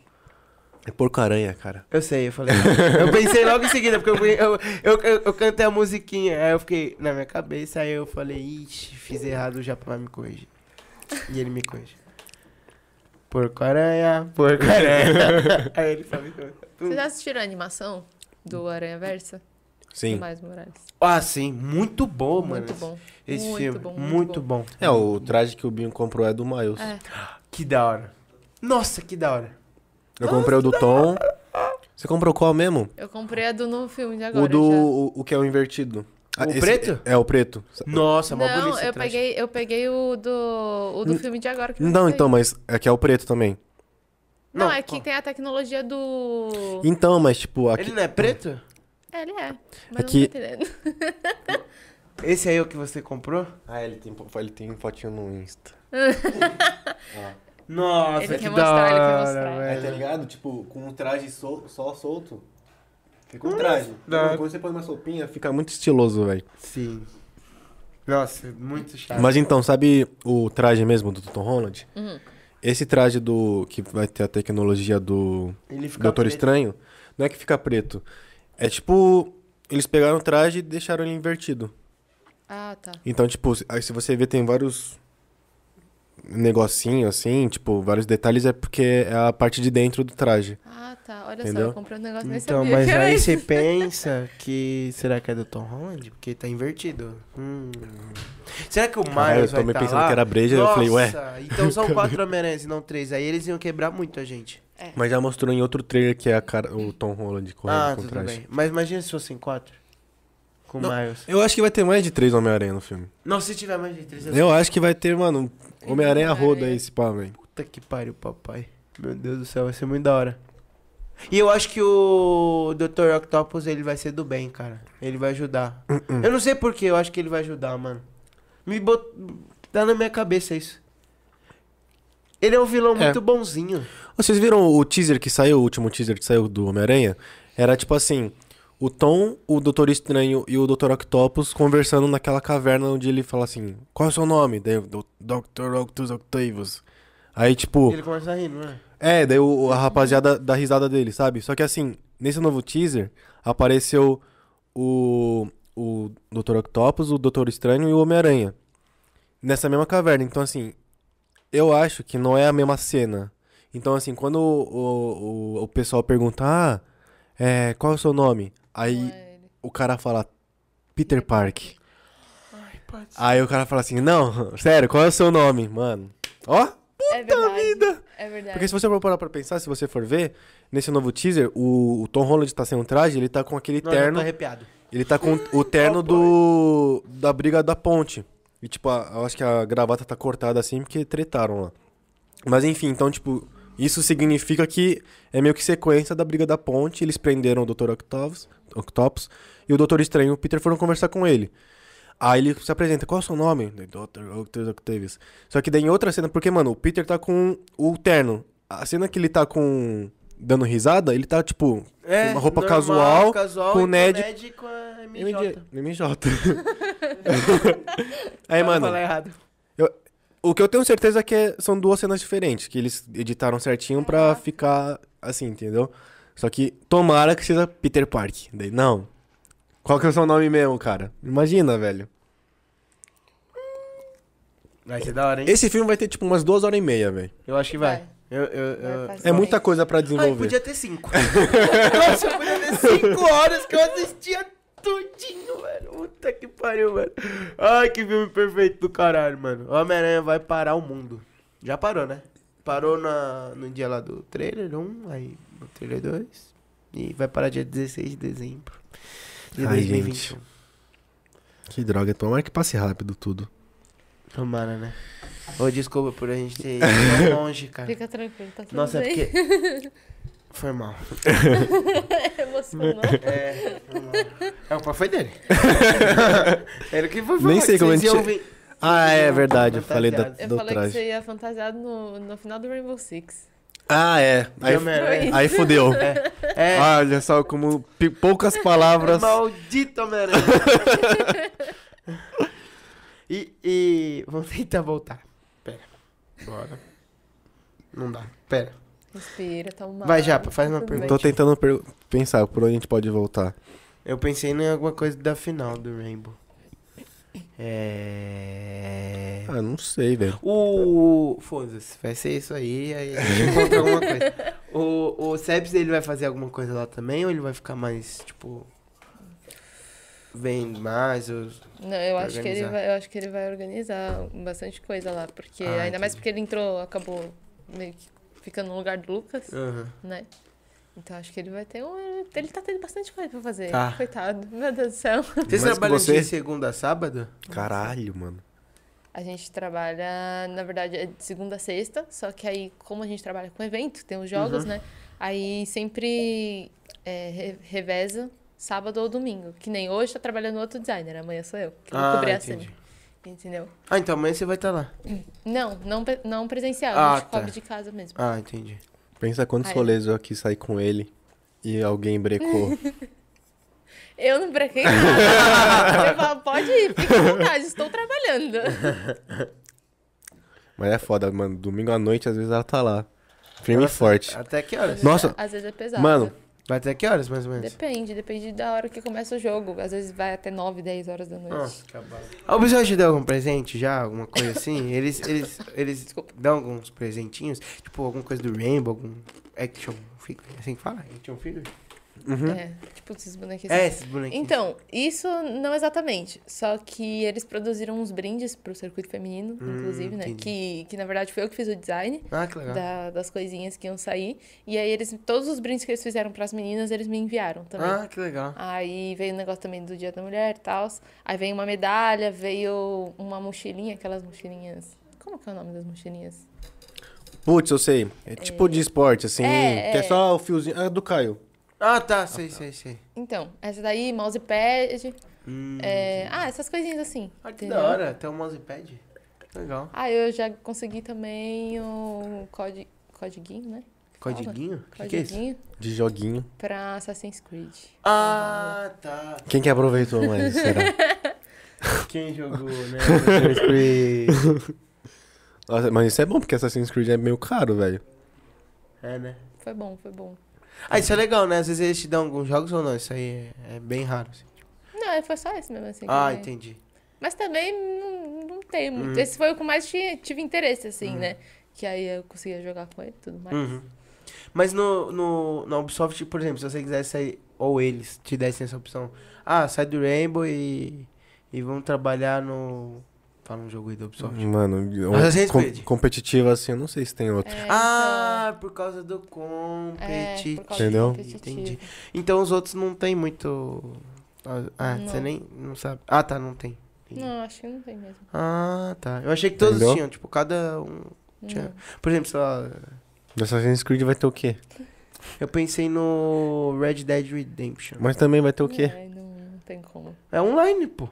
É porco-aranha, cara.
Eu sei, eu falei. *laughs* eu pensei logo em seguida, porque eu, eu, eu, eu- eu cantei a musiquinha. Aí eu fiquei na minha cabeça, aí eu falei, ixi, fiz errado, o Japão vai me corrigir. E ele me corrige. Porco-aranha, *laughs* porco-aranha. aí ele fala.
Vocês já assistiram a animação do Aranha Versa?
Sim.
Do Mais Morales.
Ah, sim, muito bom, mano.
muito bom.
Esse
muito
filme,
bom,
muito,
muito
bom.
É, o traje que o Binho comprou é do Miles.
É.
Que da hora. Nossa, que da hora.
Eu comprei o do Tom. Você comprou qual mesmo?
Eu comprei a do novo filme de agora.
o do.
já.
O, o que é o invertido.
O preto?
É, é, o preto.
Nossa, mó bonito.
Não,
esse
eu
traje.
peguei, eu peguei o do, o do filme de agora. Que vai
Não,
sair.
então, mas é que é o preto também.
Não,
Não,
é
qual?
que tem a tecnologia do.
Então, mas tipo, aqui.
Ele não é preto?
É, ele é.
É
Mas
que-
não tô entendendo.
Esse aí é o que você comprou?
Ah, ele tem, ele tem fotinho no Insta.
Nossa,
Ele
que da
quer mostrar, ele quer
hora,
mostrar.
velho.
ligado? Tipo, com um traje só solto. Fica um traje.
Hum, dá.
Quando você põe uma sopinha, fica muito estiloso, velho.
Sim. Nossa, muito chato.
Mas então, sabe o traje mesmo do Tom Holland?
Uhum.
Esse traje do. que vai ter a tecnologia do.
ele fica
Doutor
preto.
Estranho, não é que fica preto. É tipo, eles pegaram o traje e deixaram ele invertido.
Ah, tá.
Então, tipo, se- aí se você ver, tem vários negocinho assim, tipo, vários detalhes, é porque é a parte de dentro do traje.
Ah, tá. Olha só,
Entendeu?
eu comprei um negócio nem
Então,
sabia *laughs*
mas
que era
aí
isso.
você pensa que. Será que é do Tom Holland? Porque tá invertido. Hum. Será que o
Caralho,
Miles
eu também
vai tá
pensando
lá?
que era breja, eu falei, ué.
Nossa, Então *laughs* são quatro Homem-Aranhas e não três. Aí eles iam quebrar muito a gente.
Mas já mostrou em outro trailer que é a cara, o Tom Holland correndo
ah,
com o
tudo
traje.
bem. Mas imagina se fossem quatro. Com
Não.
Miles.
Eu acho que vai ter mais de três Homem-Aranha no filme.
Não, se tiver mais de três, eu...
Eu acho que vai ter, mano, Homem-Aranha
é.
roda aí, esse pá, velho.
Puta que pariu, papai. Meu Deus do céu, vai ser muito da hora. E eu acho que o Dr. Octopus, ele vai ser do bem, cara. Ele vai ajudar.
Uh-uh.
Eu não sei porquê, eu acho que ele vai ajudar, mano. Me bot... Tá na minha cabeça isso. Ele é um vilão
É.
muito bonzinho.
Vocês viram o teaser que saiu, o último teaser que saiu do Homem-Aranha? Era tipo assim, o Tom, o Doutor Estranho e o Doutor Octopus conversando naquela caverna onde ele fala assim, qual é o seu nome? Daí, "Do- Dr. Octus Octavius. Aí, tipo,
Ele começa a rir, não é?
é, daí o, a rapaziada dá risada dele, sabe? Só que assim, nesse novo teaser, apareceu o, o Dr. Octopus, o Doutor Estranho e o Homem-Aranha. Nessa mesma caverna. Então, assim, eu acho que não é a mesma cena. Então, assim, quando o, o, o pessoal pergunta, ah, é, qual é o seu nome? Aí o cara fala, Peter Park. Aí o cara fala assim, não, *laughs* sério, qual é o seu nome, mano? Ó,
é verdade.
vida!
É verdade.
porque se você for parar pra pensar, se você for ver, nesse novo teaser, o, o Tom Holland tá sem um traje, ele tá com aquele
Não, eu tô
terno.
arrepiado.
Ele tá com o terno do. da briga da ponte. E, tipo, a- eu acho que a gravata tá cortada assim porque tretaram lá. Mas enfim, então, tipo, isso significa que é meio que sequência da briga da ponte. Eles prenderam o Dr. Octopus, Octopus e o Doutor Estranho e o Peter foram conversar com ele. Aí ele se apresenta, qual é o seu nome? Daí, Dr. Octopus Octavius. Só que daí em outra cena, porque, mano, o Peter tá com o terno. A cena que ele tá com. dando risada, ele tá, tipo, com uma roupa
normal,
casual, com
e
o Ned.
e com a
MJ.
MJ.
*laughs* Aí,
Pra não
mano,
falar errado.
eu- o que eu tenho certeza é que é- são duas cenas diferentes, que eles editaram certinho pra ficar assim, entendeu? Só que tomara que seja Peter Park. Daí, não. Qual que é o seu nome mesmo, cara? Imagina, velho.
Vai ser da hora, hein?
Esse filme vai ter, tipo, umas duas horas e meia, velho.
Eu acho que vai.
Vai.
Eu, eu, eu...
Vai
É
fazer.
muita coisa pra
Ai,
desenvolver.
podia ter
*laughs*
cinco. Nossa, podia ter cinco horas que eu assistia tudinho, velho. Puta que pariu, velho. Ai, que filme perfeito do caralho, mano. Homem-Aranha vai parar o mundo. Já parou, né? Parou na, no dia lá do trailer 1, aí no trailer 2. E vai parar dia 16 de dezembro de
Ai,
2021.
gente. Que droga, tomara que passe rápido tudo.
Tomara, né? Ô, desculpa por a gente ter ido
*laughs*
tão longe, cara.
Fica tranquilo, tá tudo
Nossa, é
bem.
porque... Foi mal.
*laughs* É emocional.
*laughs*
É, é, o pai foi dele. Era que foi, foi
Nem sei como a
vocês
gente-
iam ver.
Ah, é verdade, eu falei da,
Fantasiado.
Eu
do
falei que
traje.
você ia fantasiado no, no final do Rainbow Six.
Ah, é. Aí, Ah,
Homem-Aranha.
aí fudeu.
É,
Olha só como pi- poucas palavras.
maldito Homem-Aranha. e, e vamos tentar voltar. Pera. Bora. Não dá. Pera.
Respira, tá uma.
Vai, Japa, faz uma pergunta.
Tô tentando per- pensar por onde a gente pode voltar.
Eu pensei em alguma coisa da final do Rainbow. É.
Ah, não sei, velho.
O. Foda-se, vai ser isso aí, aí a gente encontra alguma
*laughs*
coisa. O, o Sebs, ele vai fazer alguma coisa lá também, ou ele vai ficar mais, tipo. Vem mais, ou...
Não, eu acho, que ele
organizar.
vai, eu acho que ele vai organizar bastante coisa lá, porque
Ah,
ainda mais
entendi.
porque ele entrou, acabou meio que ficando no lugar do Lucas,
Ah.
né? Então acho que ele vai ter um. Ele tá tendo bastante coisa pra fazer.
Tá.
Coitado. *laughs* Meu Deus do céu.
Vocês
Mas
trabalham
você-
de segunda a sábado?
Caralho, mano.
A gente trabalha, na verdade, é de segunda a sexta, só que aí, como a gente trabalha com evento, tem os jogos,
Uhum.
né? Aí sempre é, re- reveza sábado ou domingo. Que nem hoje tá trabalhando outro designer, amanhã sou eu, que vou cobrir a cena. Entendeu?
Ah, então amanhã você vai estar lá.
Não, não, pre- não presencial,
Ah,
a gente
tá.
cobre de casa mesmo.
Ah, entendi.
Pensa quantos
Ai.
rolês eu aqui saí com ele e alguém *laughs* brecou.
Eu não
*laughs*
brequei nada. eu falo, pode ir, fique à vontade, estou trabalhando.
Mas é foda, mano. Domingo à noite, às vezes ela tá lá. Firme e
Ela-
forte.
Até que horas?
Nossa,
Às vezes é pesado.
mano,
Vai até que horas, mais ou menos?
Depende, depende da hora que começa o jogo. Às vezes vai até 9, 10 horas da noite.
Ah, o pessoal te deu algum presente já? Alguma coisa assim? *laughs* Eles, eles, eles
Desculpa.
dão alguns presentinhos? Tipo, alguma coisa do Rainbow, algum action figure? É Assim que fala? Action figure?
É, tipo esses bonequinhos.
Ah, uhum. É, esses bonequinhos.
Então, isso não exatamente. Só que eles produziram uns brindes pro circuito feminino, inclusive, né?
Hum, entendi.
Que, que na verdade foi eu que fiz o design
Ah, que legal.
da- das coisinhas que iam sair. E aí eles, todos os brindes que eles fizeram pras meninas, eles me enviaram também.
Ah, que legal.
Aí veio o negócio também do Dia da Mulher e tal. Aí veio uma medalha, veio uma mochilinha, aquelas mochilinhas. Como que é o nome das mochilinhas?
putz, eu sei. É tipo de esporte, assim.
É,
que é
é.
só o fiozinho. Ah, do Caio.
Ah, tá, sei, sei, sei.
Então, essa daí, mousepad.
Hum.
é, Ah, essas coisinhas assim.
Ah, que
entendeu?
da hora, tem um mousepad. Legal.
Ah, eu já consegui também o codi... codiguinho, né?
Codiguinho? O que, que é isso?
Codiguinho
De joguinho.
pra Assassin's Creed.
Ah, tá.
Quem que aproveitou mais, *laughs* será?
Quem jogou, né? *laughs* Assassin's Creed.
*laughs* Nossa, mas isso é bom, porque Assassin's Creed é meio caro, velho.
É, né?
Foi bom, foi bom.
Ah, isso é legal, né? Às vezes eles te dão alguns jogos ou não? Isso aí é, é bem raro. assim.
Não, é, foi só esse mesmo assim. que
Ah,
eu ganhei.
entendi. Hum.
Mas também não, não tem muito. Esse foi o que mais tinha- tive interesse, assim, né? Que aí eu conseguia jogar com ele e tudo mais.
Uhum. Mas no, no, na Ubisoft, por exemplo, se você quiser sair, ou eles te dessem essa opção, ah, sai do Rainbow e, e vamos trabalhar no. Fala um jogo aí da Ubisoft.
Mano, um
Mas você
com-
respeite.
competitivo assim, eu não sei se tem outro.
É,
Ah, por causa do
então, é,
competitivo.
por causa do
Entendeu?
competitivo.
Entendi. Então os outros não tem muito. Ah, você
Não.
nem. Não sabe. Ah, tá, não tem. Entendi.
Não, acho que não tem mesmo.
Ah, tá. Eu achei que todos
Entendeu?
tinham, tipo, cada um tinha.
Não.
Por exemplo, sei lá,
Do Assassin's Creed vai ter o quê?
eu pensei no Red Dead Redemption.
Mas também vai ter o quê?
Ai, não, não tem como.
É online, pô.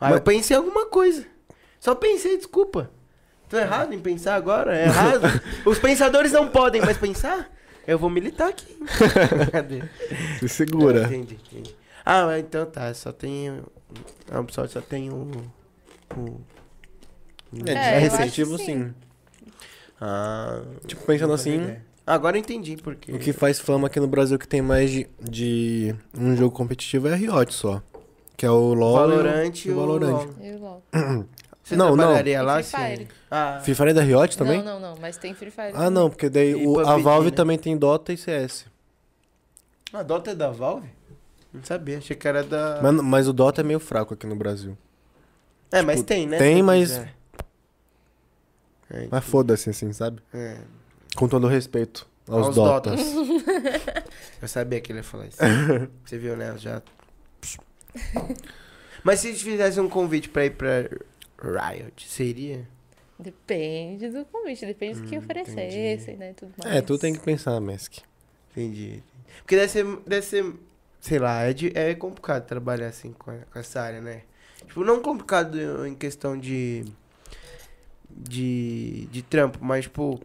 Aí
Mas-
eu pensei em alguma coisa. Só pensei, desculpa. Tô
É.
errado em pensar agora? É
*laughs*
errado? Os pensadores não podem mais pensar? Eu vou militar aqui.
*laughs*
Cadê?
Se
É,
segura.
É, Entendi, entendi. Ah, mas então tá, só tem. A Ubisoft só tem um, o. o...
É,
É, eu acho
receptivo
que
sim.
sim.
Ah,
Tipo, pensando
não fazia
assim,
ideia. Agora eu entendi porque.
o que faz fama aqui no Brasil que tem mais de, de um jogo competitivo é a Riot só. Que é o LoL. e o-
Valorante
e o Valorante.
LoL.
Eu logo.
Você
Não, não.
trabalharia
E
lá
Free Fire.
se. Ah,
Free Fire é da Riot também?
Não, é não, não. Mas tem Free Fire.
Ah, não, porque daí
E
o- a
PUBG,
Valve
né?
também tem Dota e CS.
a Dota é da Valve? Não sabia, achei que era da.
Mas, mas o Dota é meio fraco aqui no Brasil.
é, mas tem, né?
tipo, tem,
Se
mas-
quiser. É,
Mas foda-se, assim, sabe?
é,
Com todo o respeito aos,
Aos
Dotas.
Dotas. *laughs* eu sabia que ele ia falar isso. Você viu, né? Eu já. mas se te fizesse um convite pra ir pra Riot, seria?
Depende do convite. Depende do que
Hum,
oferecessem, né? e Tudo mais.
É, tu tem que pensar, Mask.
Entendi. Porque deve ser, deve ser sei lá, é, de- é complicado trabalhar assim com, com essa área, né? Tipo, não complicado em questão de, de, de trampo, mas, tipo,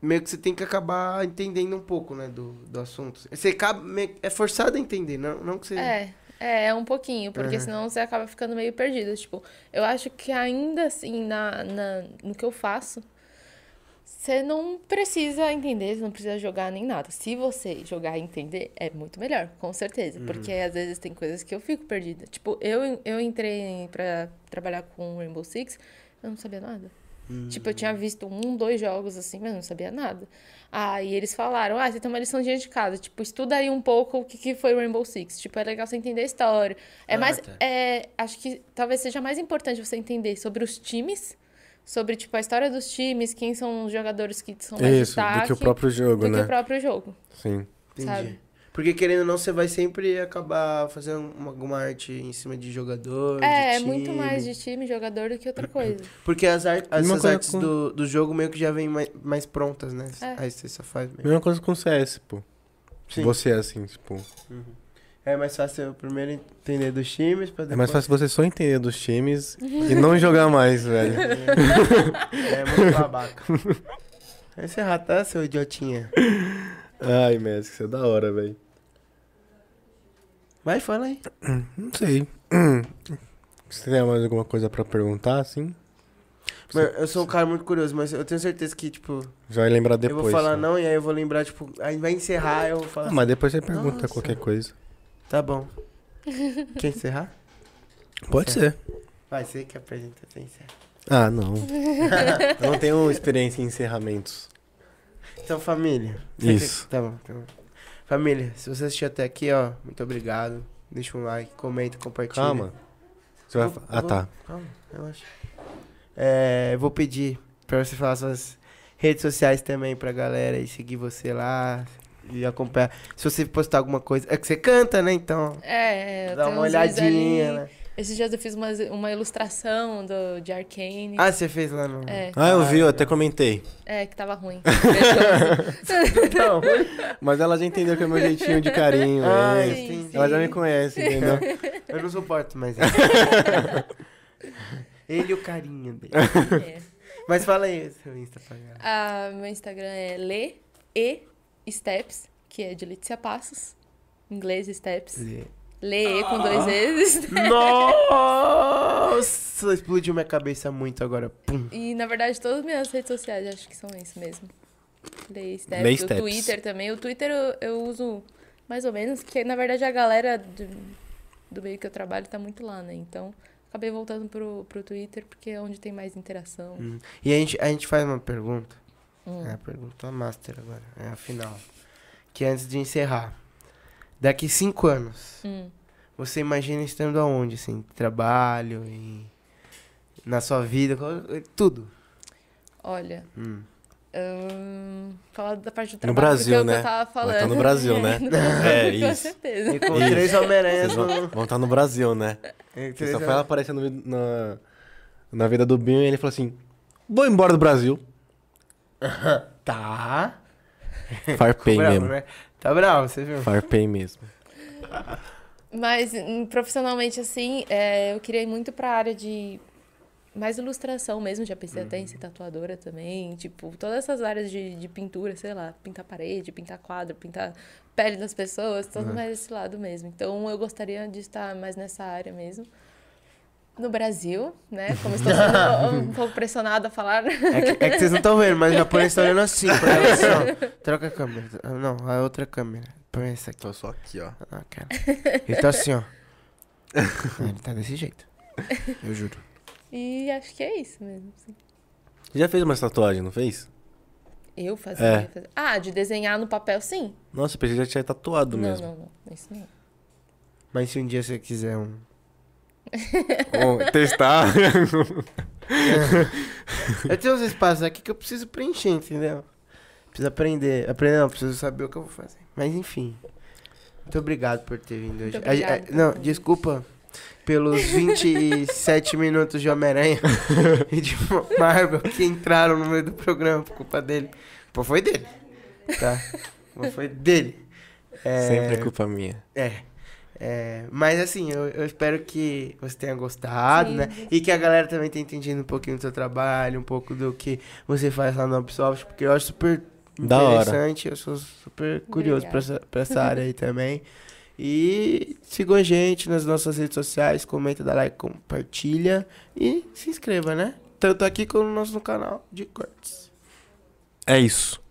meio que você tem que acabar entendendo um pouco, né, do, do assunto. Você acaba, meio que- é forçado a entender, não, não que você...
É, é, é um pouquinho, porque
Aham.
senão você acaba ficando meio perdido. Tipo, eu acho que ainda assim, na, na- no que eu faço, você não precisa entender, você não precisa jogar nem nada. Se você jogar e entender, é muito melhor, com certeza.
Uhum.
Porque às vezes tem coisas que eu fico perdida. Tipo, eu, eu entrei pra trabalhar com Rainbow Six, eu não sabia nada. Tipo, eu tinha visto um, dois jogos assim, mas não sabia nada. Aí eles falaram, ah, você tem uma lição de de casa. Tipo, estuda aí um pouco o que, que foi o Rainbow Six. Tipo, é legal você entender a história. É
Ah,
mais...
tá.
É, acho que talvez seja mais importante você entender sobre os times, sobre, tipo, a história dos times, quem são os jogadores que são mais
Isso, do
destaque,
que o próprio
tá do
jogo,
que
né?
o próprio jogo.
Sim.
Entendi.
sabe?
Porque, querendo ou não, você vai sempre acabar fazendo uma- alguma arte em cima de jogador,
É,
de
é muito
time.
mais de time, jogador, do
*clears throat*
que outra coisa.
Porque as ar essas
coisa
artes
com-
do, do jogo meio que já vêm mais, mais prontas, né?
É.
Aí você só faz mesmo.
Mesma coisa com o CS, pô.
Sim.
Você é assim, tipo.
É mais fácil eu primeiro entender dos times pra depois...
É mais fácil você só entender dos times e não jogar mais, velho.
*laughs* É
*laughs*
muito babaca. Vai encerrar, tá, seu idiotinha?
Ai, Mask, você é da hora, velho.
Vai, fala aí.
Não sei. *clears throat* Você tem mais alguma coisa pra perguntar, assim?
Mano, eu sou um cara muito curioso, mas eu tenho certeza que, tipo,
Já vai lembrar depois.
eu vou falar
né?
não e aí eu vou lembrar, tipo, aí vai encerrar, eu vou falar
Ah, mas depois você pergunta
Nossa.
qualquer coisa.
assim, tá
*laughs*
bom. Quer encerrar?
Pode ser.
Vai, você que apresenta, você
*laughs*
encerra.
Ah, não. Eu não tenho experiência em encerramentos.
Então, família.
Isso.
Tá bom, tá bom. Família, se você assistiu até aqui, ó, muito obrigado. Deixa um like, comenta, compartilha.
Calma. Você vai...
Eu-
Ah,
eu
tá.
Calma, relaxa. É, eu vou pedir pra você falar suas redes sociais também pra galera e seguir você lá e acompanhar. Se você postar alguma coisa. É que você canta, né? Então.
É, eu
Dá
tenho
uma
uns vídeos ali.
olhadinha, né?
Esses dias eu fiz uma, uma ilustração do, de Arcane.
Ah, você fez lá no.
É,
Ah, eu vi, eu até comentei.
é, que tava *laughs* ruim. Vergonhoso.
*laughs* Não.
É. Mas ela já entendeu que é meu jeitinho de
*laughs*
carinho.
Ah,
é.
sim,
sim.
Ela já me conhece, entendeu?
Eu não suporto mais
*laughs*
ele. ele e o carinho
*laughs*
dele.
É.
Mas fala aí o seu Insta pra galera.
Ah, meu Instagram é Le E Steps, que é de Letícia Passos. Em Inglês Steps. Le E com dois *laughs* E's.
Nossa! Explodiu minha cabeça muito agora. Pum.
E na verdade todas as minhas redes sociais acho que são isso mesmo. Le E Steps.
Le
o
Steps.
Twitter também. O Twitter eu, eu uso mais ou menos, porque na verdade a galera do, do meio que eu trabalho tá muito lá, né? Então acabei voltando pro, pro Twitter porque é onde tem mais interação.
E a gente, a gente faz uma pergunta
Hum.
É a pergunta master agora. É a final. Que é antes de encerrar. Daqui cinco anos,
Hum.
você imagina estando aonde, assim? Trabalho, em... na sua vida, qual-
*laughs*
tudo.
Olha.
Hum.
Hum, falar da parte do
No
trabalho.
Brasil,
porque é o que
né?
Eu tava
Vai
falando.
tá no Brasil,
*laughs*
né?
No
É,
Brasil, com
isso.
certeza.
E com
Isso.
três
Vocês
Homem-Aranhas
vão
no...
estar no Brasil, né?
e
Você
três
só foi ela
Homem-
aparecendo no- na, na vida do Binho e ele falou assim: Vou embora
*laughs*
do Brasil.
Tá.
Farpei
bravo,
mesmo.
né? Tá bravo, você viu?
Farpei mesmo.
Mas hum, profissionalmente, assim, é, eu queria ir muito pra área de mais ilustração mesmo. Já pensei até
Uhum.
em ser tatuadora também. Tipo, todas essas áreas de, de pintura, sei lá, pintar parede, pintar quadro, pintar pele das pessoas,
Uhum.
todo mais esse lado mesmo. Então eu gostaria de estar mais nessa área mesmo. No Brasil, né? Como estou
*laughs*
sendo um pouco pressionada a falar. né?
É que, é que vocês não estão vendo, mas o japonês tá olhando assim pra ela. *laughs* Assim, ó. Troca a câmera. Ah, Não, a outra câmera. Põe essa aqui.
Tô só aqui, ó.
Ah, cara. Ele tá *laughs* assim, ó. Ele tá desse jeito. Eu juro.
E acho que é isso mesmo. assim.
Você já fez uma tatuagem, não fez?
Eu fazia,
É.
fazia- Ah, de desenhar no papel, sim.
Nossa, eu pensei que já tinha tatuado
não,
mesmo.
não, não. Isso não.
Mas se um dia você quiser um.
Bom, testar.
*laughs* Eu tenho uns espaços aqui que eu preciso preencher, entendeu? Preciso aprender. Aprender não, preciso saber o que eu vou fazer. Mas enfim. Muito obrigado por ter vindo hoje.
Muito obrigada
A- a-
pelo
não,
convite.
desculpa
*laughs*
pelos 27 minutos de Homem-Aranha e de Marvel que entraram no meio do programa por culpa dele. Pô, foi dele. Tá? Pô, foi dele. *laughs* É,
Sempre é culpa minha.
é. É, mas assim, eu, eu espero que você tenha gostado,
Sim.
né? E que a galera também tenha entendido um pouquinho do seu trabalho, um pouco do que você faz lá no Ubisoft, porque eu acho super
Da hora.
interessante, eu sou super curioso pra
Obrigada.
essa, pra essa área aí também. E sigam a gente nas nossas redes sociais, comenta, dá like, compartilha e se inscreva, né? Tanto aqui como no nosso canal de cortes.
É isso.